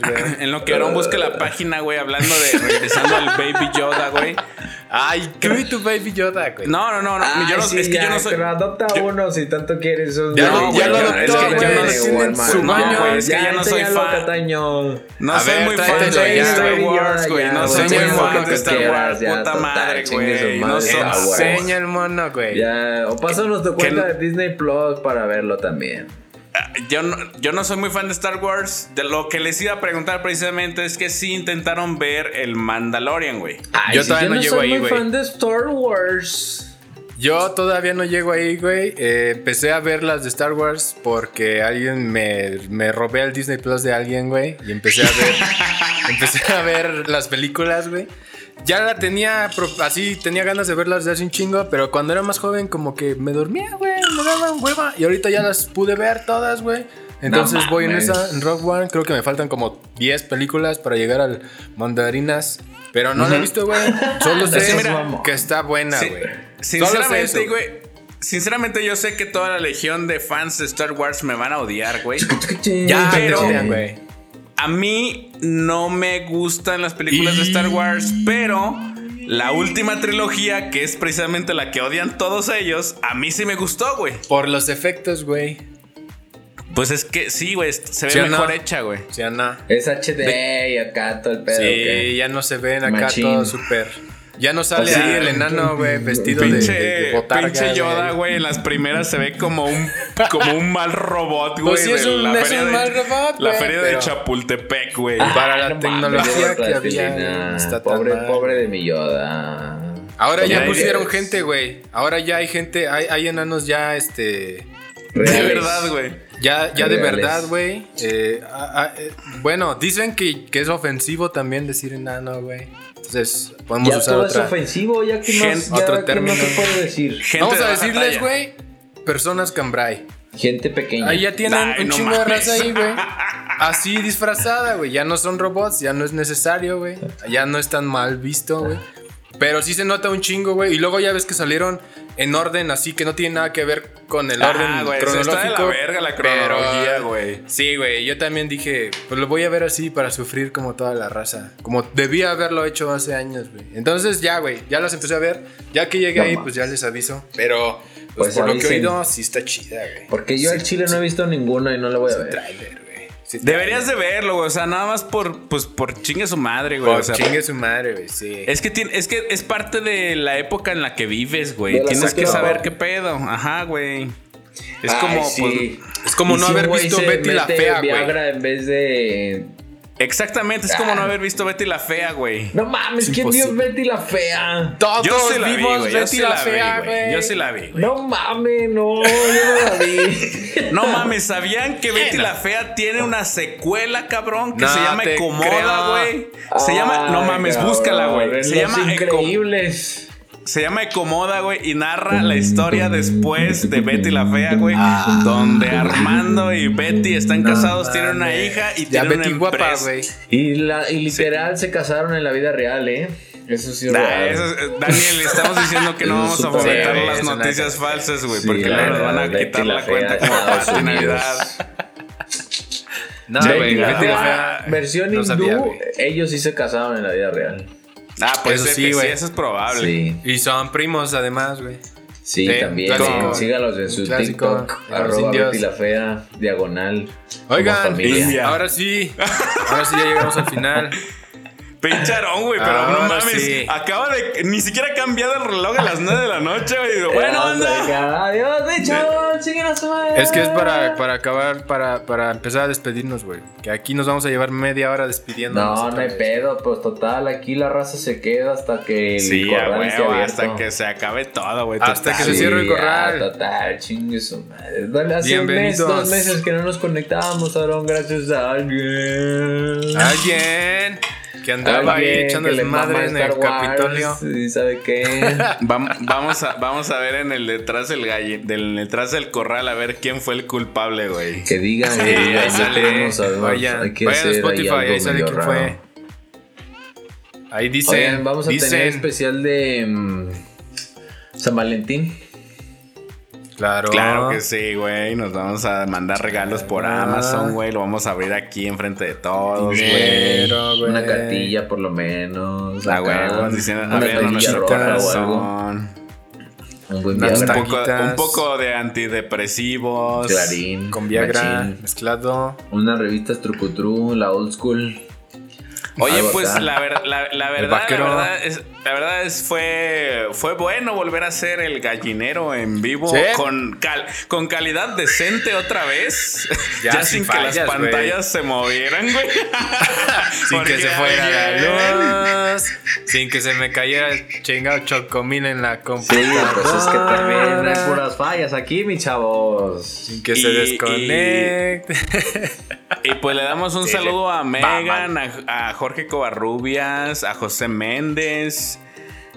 <laughs>
güey.
En lo que Aaron busca la página, güey, hablando de regresando al Baby Yoda, güey.
Ay, tú y tu baby Yoda, güey.
No, no, no, no.
Ay,
Ah, yo no
sí,
es que
ya,
yo no soy.
Pero adopta
yo-
uno si tanto quieres. un-
Ya
lo- ya lo
güey,
adoptó,
es que
güey,
ya no
tiene
de Walmart,
su
ya,
baño,
güey,
es que ya no
este
soy
ya lo
fan.
Cataño.
No
A
soy
ver,
muy fan
tráetelo
de
ya,
Star
güey,
Wars,
ya,
güey.
ya,
No soy
güey,
muy
ya,
fan de
ya,
Star Wars,
ya,
puta
total,
madre,
chingue su
güey. No
madre,
soy
Star Wars.
fan.
Enseña el mono, güey.
Ya, o pásanos tu cuenta
que-
de Disney Plus para verlo también.
Yo no, yo no soy muy fan de Star Wars. De lo que les iba a preguntar precisamente es que sí intentaron ver el Mandalorian, güey.
Ay,
Yo
si
todavía no llego
soy muy
ahí, güey.
fan de Star Wars.
Yo todavía no llego ahí, güey. Eh, empecé a ver las de Star Wars porque alguien me, me robé el Disney Plus de alguien, güey. Y empecé a
<laughs>
ver. empecé a ver las películas, güey. Ya la tenía pro- así, tenía ganas de verlas de hace un chingo, pero cuando era más joven, como que me dormía, güey. Me daban hueva. Y ahorita ya las pude ver todas, güey. Entonces
No
voy en
mames.
esa, en Rock One. Creo que me faltan como 10 películas para llegar al Mandarinas. Pero no la he visto, güey.
<laughs>
Solo sé
Eso es mamón.
que está buena,
Sí,
güey. Solo sé eso,
Sinceramente, güey. Sinceramente, yo sé que toda la legión de fans de Star Wars me van a odiar, güey.
Ya,
pero-
te odian, güey.
A mí no me gustan las películas de Star Wars, pero la última trilogía, que es precisamente la que odian todos ellos, a mí sí me gustó, güey.
Por los efectos, güey.
Pues es que sí, güey, se ve
¿Sí o no?
mejor hecha, güey.
O sea, no.
Es HD y acá todo el pedo.
Sí,
¿qué?
ya no se ven acá
Machín.
todo súper. Ya no sale
O sea,
ahí el enano, güey,
<laughs>
vestido de-
Pinche,
de, de botarga,
pinche Yoda, güey, en las primeras se ve como un, como un mal robot, güey.
sí, es
de
un-
la
es
feria
un
de-
mal robot,
La
güey,
feria de
pero- Ah,
Chapultepec, güey.
Para la
No mames,
tecnología
yo
que
plastilina.
había. Está tan
pobre,
mal.
pobre de mi Yoda.
Ahora ya
Ya
pusieron
eres.
gente, güey. Ahora ya hay gente, hay, hay enanos ya, este.
De
Reales.
verdad, güey.
Ya, ya de
Reales.
verdad, güey. Eh, ah, ah, eh, bueno, dicen que, que es ofensivo también decir enano, güey. Entonces, podemos
Ya
usar
todo
otra.
es ofensivo, ya que más,
Gen-
ya
otro
que
término.
más se puede decir.
Gente
Vamos
de
a
baja
decirles,
talla.
güey, personas cambrai.
Gente pequeña.
Ahí ya tienen
Ay,
un
no
chingo de
mames.
raza ahí,
<laughs>
güey. Así disfrazada, güey. Ya no son robots, ya no es necesario, güey. Ya no es tan mal visto, güey. Pero sí se nota un chingo, güey. Y luego ya ves que salieron en orden así que no tiene nada que ver con el
Ah,
orden
güey, eso
cronológico.
está de la verga la
pero-
cronología, güey.
Sí, güey, yo también dije, pues lo voy a ver así para sufrir como toda la raza. Como debía haberlo hecho hace años, güey. Entonces ya, güey, ya las empecé a ver. Ya que llegué
No
ahí,
mames.
pues ya les aviso. Pero
Pues
pues, por lo que he
avisen.
oído, sí está chida, güey.
Porque yo
Sí,
al chile no he visto ninguna y no la voy a
sí,
ver.
tráiler, güey. Sí,
Deberías de
tráiler.
verlo, güey. O sea, nada más por, pues, por chingue su madre, güey.
Por
o sea,
Oh,
eh,
chingue su madre, güey, sí.
Es que, tiene- es que es parte de la época en la que vives, güey.
De la
Tienes que
cultura
saber
pop.
qué pedo. Ajá, güey. Es
Ay,
como,
sí.
pues,
es como
Y
no
si un
haber
güey
visto
se
Betty la
mete
Fea, güey.
Viagra en vez de.
Exactamente, es como
Ah.
no haber visto Betty la Fea, güey.
No mames,
Es
¿quién
imposible.
vio Betty la Fea?
Todos
Yo sí la vi,
vimos
güey. Yo
Betty
sí
la
la vi,
Fea,
güey.
güey.
Yo sí la vi, güey.
No mames, no, yo no la vi.
No mames, ¿sabían que Betty la Fea tiene una secuela, cabrón? Que
No
se llama
te
Ecomoda,
creo.
güey. <laughs> Se llama, no
Ay,
mames,
cabrón,
búscala, güey.
en
Se
Los
llama Eco-
Increíbles.
Se llama Ecomoda, güey, y narra la historia después de Betty la Fea, güey.
Ah.
Donde Armando y Betty están casados, tienen una
Mames.
hija y
ya
tienen
Betty
una
guapa,
empresa.
güey.
Y, la, y literal se casaron en la vida real, ¿eh? Eso sí es
Nah,
real.
eso es- eh, Daniel, estamos diciendo que no
<laughs> Eso
vamos
es
a
súper
fomentar
real,
las
es una
noticias
cosa.
falsas, güey,
Sí,
porque
la
luego nos van a
verdad,
quitar
Betty
la,
la Fea
cuenta
de
como
Estados
parte de
Unidos.
Navidad.
No,
Betty
güey,
la
Betty la Fea.
Versión
no
hindú,
sabía, güey.
ellos sí se casaron en la vida real.
Ah, pues
Eso
ser
sí,
que sí,
güey.
eso es probable.
Sí,
Y son primos, además, güey.
sí,
Sí,
también.
clásico.
Síganos en su
Clásico.
TikTok,
Los
arroba
indios.
Betty la Fea, diagonal. como
Oigan,
familia.
India. <laughs>
ahora sí. Ahora sí ya llegamos al final.
Pincharón, güey, pero no
Ahora
mames.
sí.
Acaba de. Ni siquiera ha cambiado el reloj a las 9 de la noche, güey.
<laughs>
Digo,
Eh,
Bueno,
vamos a
anda.
dejar-
<laughs>
Adiós, bichos, síguenos. bye.
Es que es para, para acabar, para, para empezar a despedirnos, güey. Que aquí nos vamos a llevar media hora despidiéndonos.
No,
otra
no hay
vez.
pedo, pues total, aquí la raza se queda hasta que el
Sí, a
corral esté
huevo,
abierto.
hasta que se acabe todo, güey.
Hasta
total.
que se
Sí,
cierre el
ya,
corral.
total, chingue su madre. Dale, hace un mes,
Bienvenidos.
dos meses que no nos conectábamos, Aaron, gracias a alguien.
Alguien que andaba ahí
Alguien
echando
que le
desmadre
mama
en
Star
el
Wars,
Capitolio.
¿Y sabe qué?
<laughs>
Vam- Vamos a, vamos a ver en el detrás del galle, del detrás del corral a ver quién fue el culpable, güey.
que digan, que
Sí, ahí
digan, yo
sale.
quiero no saber,
Vayan,
hay que
vayan a
hacer ahí
Spotify,
algo
ahí, sale
medio
quién
raro.
fue. Ahí dicen.
Oigan, vamos a
dicen,
tener especial de mm, San Valentín.
Claro.
Claro que sí, güey. Nos vamos a mandar regalos por
Ah.
Amazon, güey. Lo vamos a abrir aquí enfrente de todos, güey.
Dinero, güey.
Una cartilla por lo menos.
La
acá,
huevos, diciendo,
una
abriendo
cartilla
nuestro
roja o algo.
corazón.
Un buen
Unas
Un
Viagra,
poco,
Taquitas.
un poco de antidepresivos.
Clarín,
Con Viagra
Mm, Machín.
mezclado.
Unas revistas Trucutru, la Old School.
Oye,
Algo
pues
acá.
la, ver- la- la verdad, la
vaquero.
verdad, es, la verdad es fue, fue bueno volver a hacer el gallinero en vivo
Sí.
con, cal- con calidad decente otra vez. Ya,
<laughs> Ya
sin
sin
que
fallas,
las
güey.
pantallas se movieran,
<laughs>
güey.
Sin
Porque
que se fuera
alguien-
la luz. Sin que se me cayera el chingado chocomil en la
Sí,
computadora.
pues es que también hay puras fallas aquí, mis chavos.
Sin que
Y-
se
y-
desconecte.
Y pues le damos un
Sí,
saludo a Megan,
Batman.
a, a Jorge Covarrubias, a José Méndez,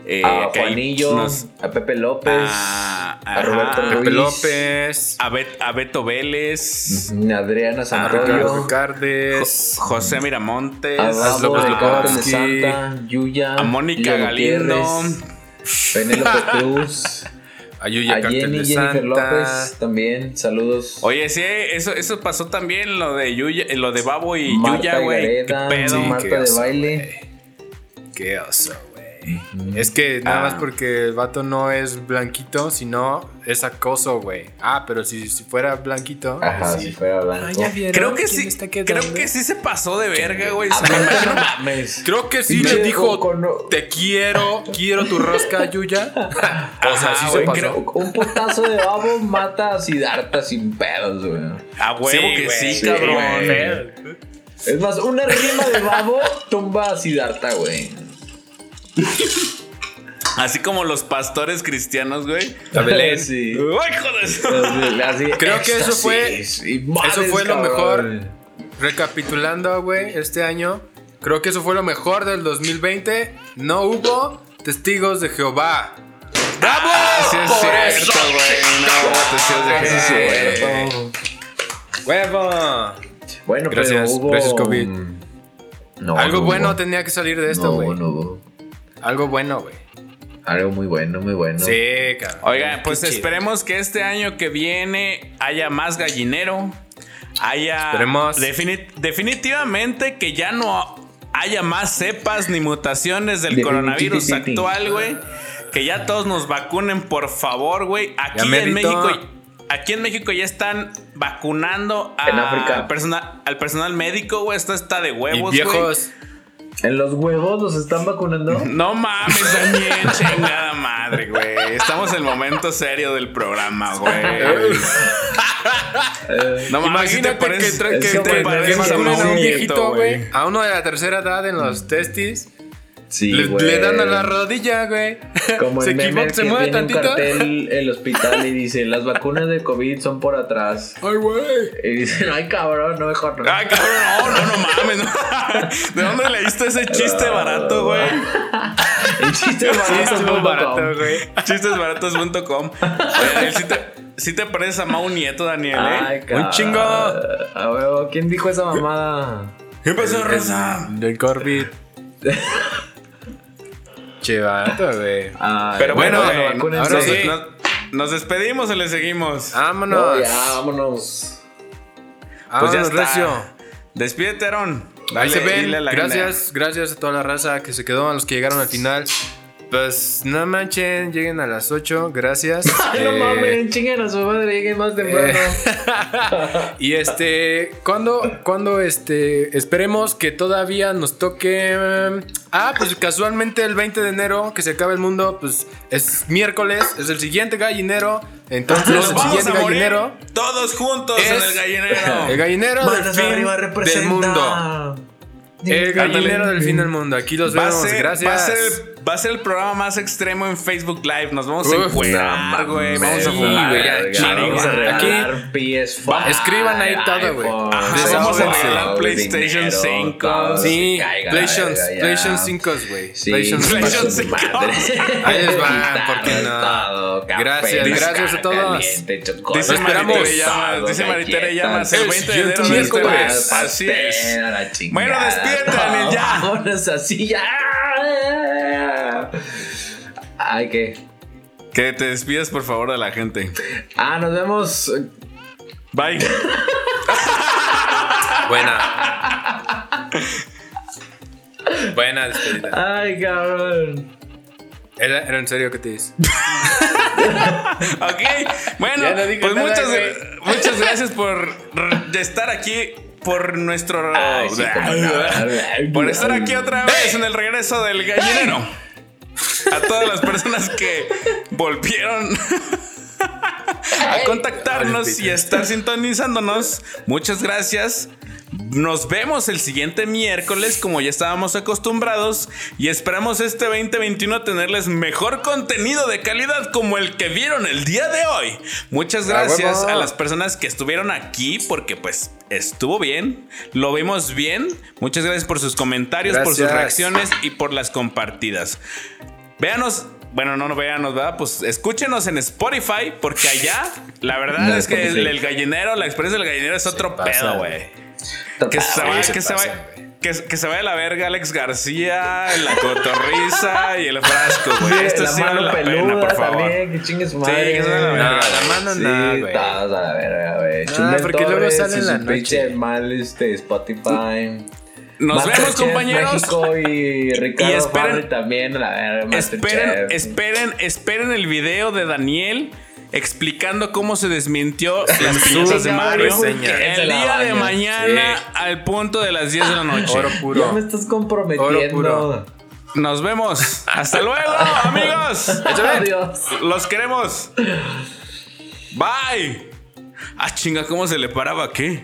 eh,
A
que ahí
Juanillo,
pues nos-
a Pepe López,
Ah,
a Roberto
ajá.
Ruiz,
Pepe López.
a, Bet- a Beto Vélez.
a Adriana
A Ricardo
Santoyo,
Ricardes.
José Miramontes,
a Babo
López
de Carmen de
Lukowski,
Santa, Yuya,
a Mónica
Yuya
Galindo,
Gutiérrez, Penélope Cruz,
A Yuya <laughs>
a
Cartel
Jenny
de
Jennifer
Santa.
López también, saludos.
Oye, sí, eso, eso pasó también lo de Yuya, lo de Babo y Yuya,
Marta
güey. Qué
Gareda,
pedo.
Sí.
Marta
qué
de
oso,
Baile,
Qué oso, güey. Es que nada
Ah.
más porque el vato no es blanquito, sino es acoso, güey. Ah, pero si, si fuera blanquito.
ajá, Oh.
pues sí.
si fuera blanco. <laughs>
Creo que sí, creo que sí se pasó de verga, güey.
Ah,
Se me
pero
imagino-
no mames.
Creo que sí
Pinche
le dijo,
cocono-
te quiero, quiero tu rosca, Yuya. <laughs> o sea, Ah, sí
Ajá,
se
güey,
pasó.
creo-
Un putazo de babo mata a Siddhartha sin pedos, güey.
<laughs> A huevo que sí,
sí,
cabrón.
eh.
güey. Es más, una rima de babo tumba a Siddhartha, güey.
Así como los pastores cristianos, <laughs> güey.
A
<laughs>
Belén.
Sí.
¡Ay, joder!
Así- así,
<laughs> Creo que eso fue-
éxtasis y madres,
eso fue lo
cabrón.
mejor. Recapitulando, güey, este año, creo que eso fue lo mejor del 2020. No hubo testigos de Jehová. ¡Bravo!
Ah, Sí es cierto, güey. No,
<laughs>
testigos de
Ah,
Eso sí
Jehová,
es
güey.
cierto.
¡Huevo!
Bueno,
Gracias,
pero hubo...
gracias, COVID.
No,
Algo
no
bueno
hubo.
tenía que salir de esto,
No,
güey.
no hubo.
Algo bueno, güey.
Algo muy bueno, muy bueno.
Sí, cabrón.
Oigan,
Qué
pues
chido.
esperemos que este año que viene haya más gallinero. Haya.
Esperemos.
defini- definitivamente que ya no haya más cepas ni mutaciones del
Definitivamente.
coronavirus actual, güey. Que ya todos nos vacunen, por favor, güey. Aquí en
mérito.
México. Aquí en México ya están vacunando
En
a-
África.
al, personal, al personal médico, güey. Esto está de
Y
huevos, güey.
viejos,
¿En los huevos los están
<laughs>
vacunando?
No mames, Daniel, chingada madre, güey. Estamos en el momento serio del programa, güey.
Eh,
No mames, ¿qué te
imagínate que,
parece-
tra-
¿qué
es
que,
como
te
que,
ponerse
parece
que vacunen a
mamón,
un
nieto,
viejito, güey. A uno de la tercera edad en los testis.
sí,
le,
güey.
le dan a la rodilla, güey.
Como
<laughs> se
el meme
equivoca,
que
se mueve
tiene
tantito.
un
<laughs>
cartel el hospital y dice, las vacunas de COVID son por atrás.
Ay, güey.
Y dicen, ay cabrón, no mejor no.
Ay, cabrón, no, no, no mames. <laughs> no. ¿De dónde leíste ese chiste barato, güey?
El chiste es
Sí,
barato,
estuvo
punto com.
barato, güey. ¿eh?
Chistesbaratos.com. Si te, sí te pareces a Mau Nieto, Daniel, ¿eh?
Ay,
Un chingo.
A huevo, ¿quién dijo esa mamada?
¿Qué pasó, Rosa?
Del Corbit. che, vato, güey.
Ay,
Pero bueno,
bueno, eh,
güey,
vacúnense.
ahora sí.
sí. Ah,
nos, nos despedimos o le seguimos.
Vámonos.
No, ya, vámonos.
Pues ya
Vámonos,
está.
recio.
Despídete, Aaron.
Ahí
Dale,
se ven.
dile a la
Gracias,
gente.
gracias a toda la raza que se quedó, a los que llegaron al final. Pues no manchen, lleguen a las 8,
<laughs>
gracias.
Ay, no
Eh,
mames, chinguen a su madre, lleguen más temprano.
<laughs> Y este, cuando, cuando este, esperemos que todavía nos toque. mm, Ah, pues casualmente el 20 de enero que se acaba el mundo, pues es miércoles, es el siguiente gallinero. Entonces,
Nos
el
vamos
siguiente
a morir
gallinero.
todos juntos
es-
en el gallinero.
El gallinero del
Manos
fin
arriba
del mundo.
representa.
El gallinero
Ándale.
del fin del mundo. Aquí los
Va a,
vemos.
ser,
gracias.
va a ser el, va a ser el programa más extremo en Facebook Live. Nos vamos a
Uf,
encuerar,
no
güey. Vamos a
mames,
jugar.
Ah, güey, ya,
güey,
chingada.
vamos a regalar.
Aquí-
PS5.
Escriban ahí todo, güey.
iPhone,
Ajá,
vamos a
regalar
dinero,
PlayStation
todo,
5.
Sí,
que caiga,
PlayStation,
verga, ya.
PlayStation 5, güey.
Sí,
PlayStation
PlayStation
PlayStation
5.
5.
Ahí les va, porque no. Gracias, gracias a todos.
Dice
esperamos.
Maritere Llamas. Dice Maritere Llamas. El 20 de enero.
Miércoles.
miércoles. Así es. Bueno, despídete, Daniel, ya.
Vámonos así, ya. Ay, que.
Que te despidas, por favor, de la gente.
Ah, nos vemos.
Bye.
Buena. <laughs> Buena despedida.
Ay, cabrón.
Era, era en serio que te dice.
Ok, bueno,
Ya no dije
pues
nada,
muchas,
güey.
muchas gracias por r- de estar aquí, por nuestro...
Ay, sí, cómo no.
por estar aquí otra vez en el regreso del gallinero. A todas las personas
<laughs>
que volvieron a contactarnos y a estar sintonizándonos, muchas gracias. Nos vemos el siguiente miércoles como ya estábamos acostumbrados y esperamos este 2021 tenerles mejor contenido de calidad como el que vieron el día de hoy. Muchas gracias
huevo!
a las personas que estuvieron aquí porque pues estuvo bien, lo vimos bien. Muchas gracias por sus comentarios, por sus
Gracias.
reacciones y por las compartidas. Véanos, bueno, no, no véanos, ¿verdad? Pues escúchenos en Spotify, porque allá, la verdad
No,
es que el,
Spotify.
el gallinero, la experiencia del gallinero es otro
pasan,
pedo, güey.
güey.
Que se vaya,
se
que se
pasan,
vaya. Que, que se vaya la verga Alex García, la cotorriza y el frasco,
<laughs>
güey. Esto
la
sí vale
mano
la
peluda
pena, por favor.
también, que chingue su
Sí,
madre.
que se vaya a la
No,
verga.
la mano
Sí,
no, güey.
todos a la verga, güey. Chumel
porque luego
Torres
sale
y
en la
su pinche
noche.
mal este Spotify.
Nos vemos,
Masterchef
compañeros.
México y
<laughs>
Ricardo
Y esperen-
Farri también a la verga.
Esperen,
Masterchef.
esperen, esperen el video de Daniel explicando cómo se
<laughs>
desmintió las
Sus
piñatas de Mario
reseñas.
el día de mañana al punto de las 10 de
<laughs>
la noche.
Oro
Ya me
puro.
estás comprometiendo. <laughs>
puro.
Nos vemos. Hasta luego, amigos.
Adiós.
Los queremos. Bye. Ah, chinga, ¿cómo se le paraba qué?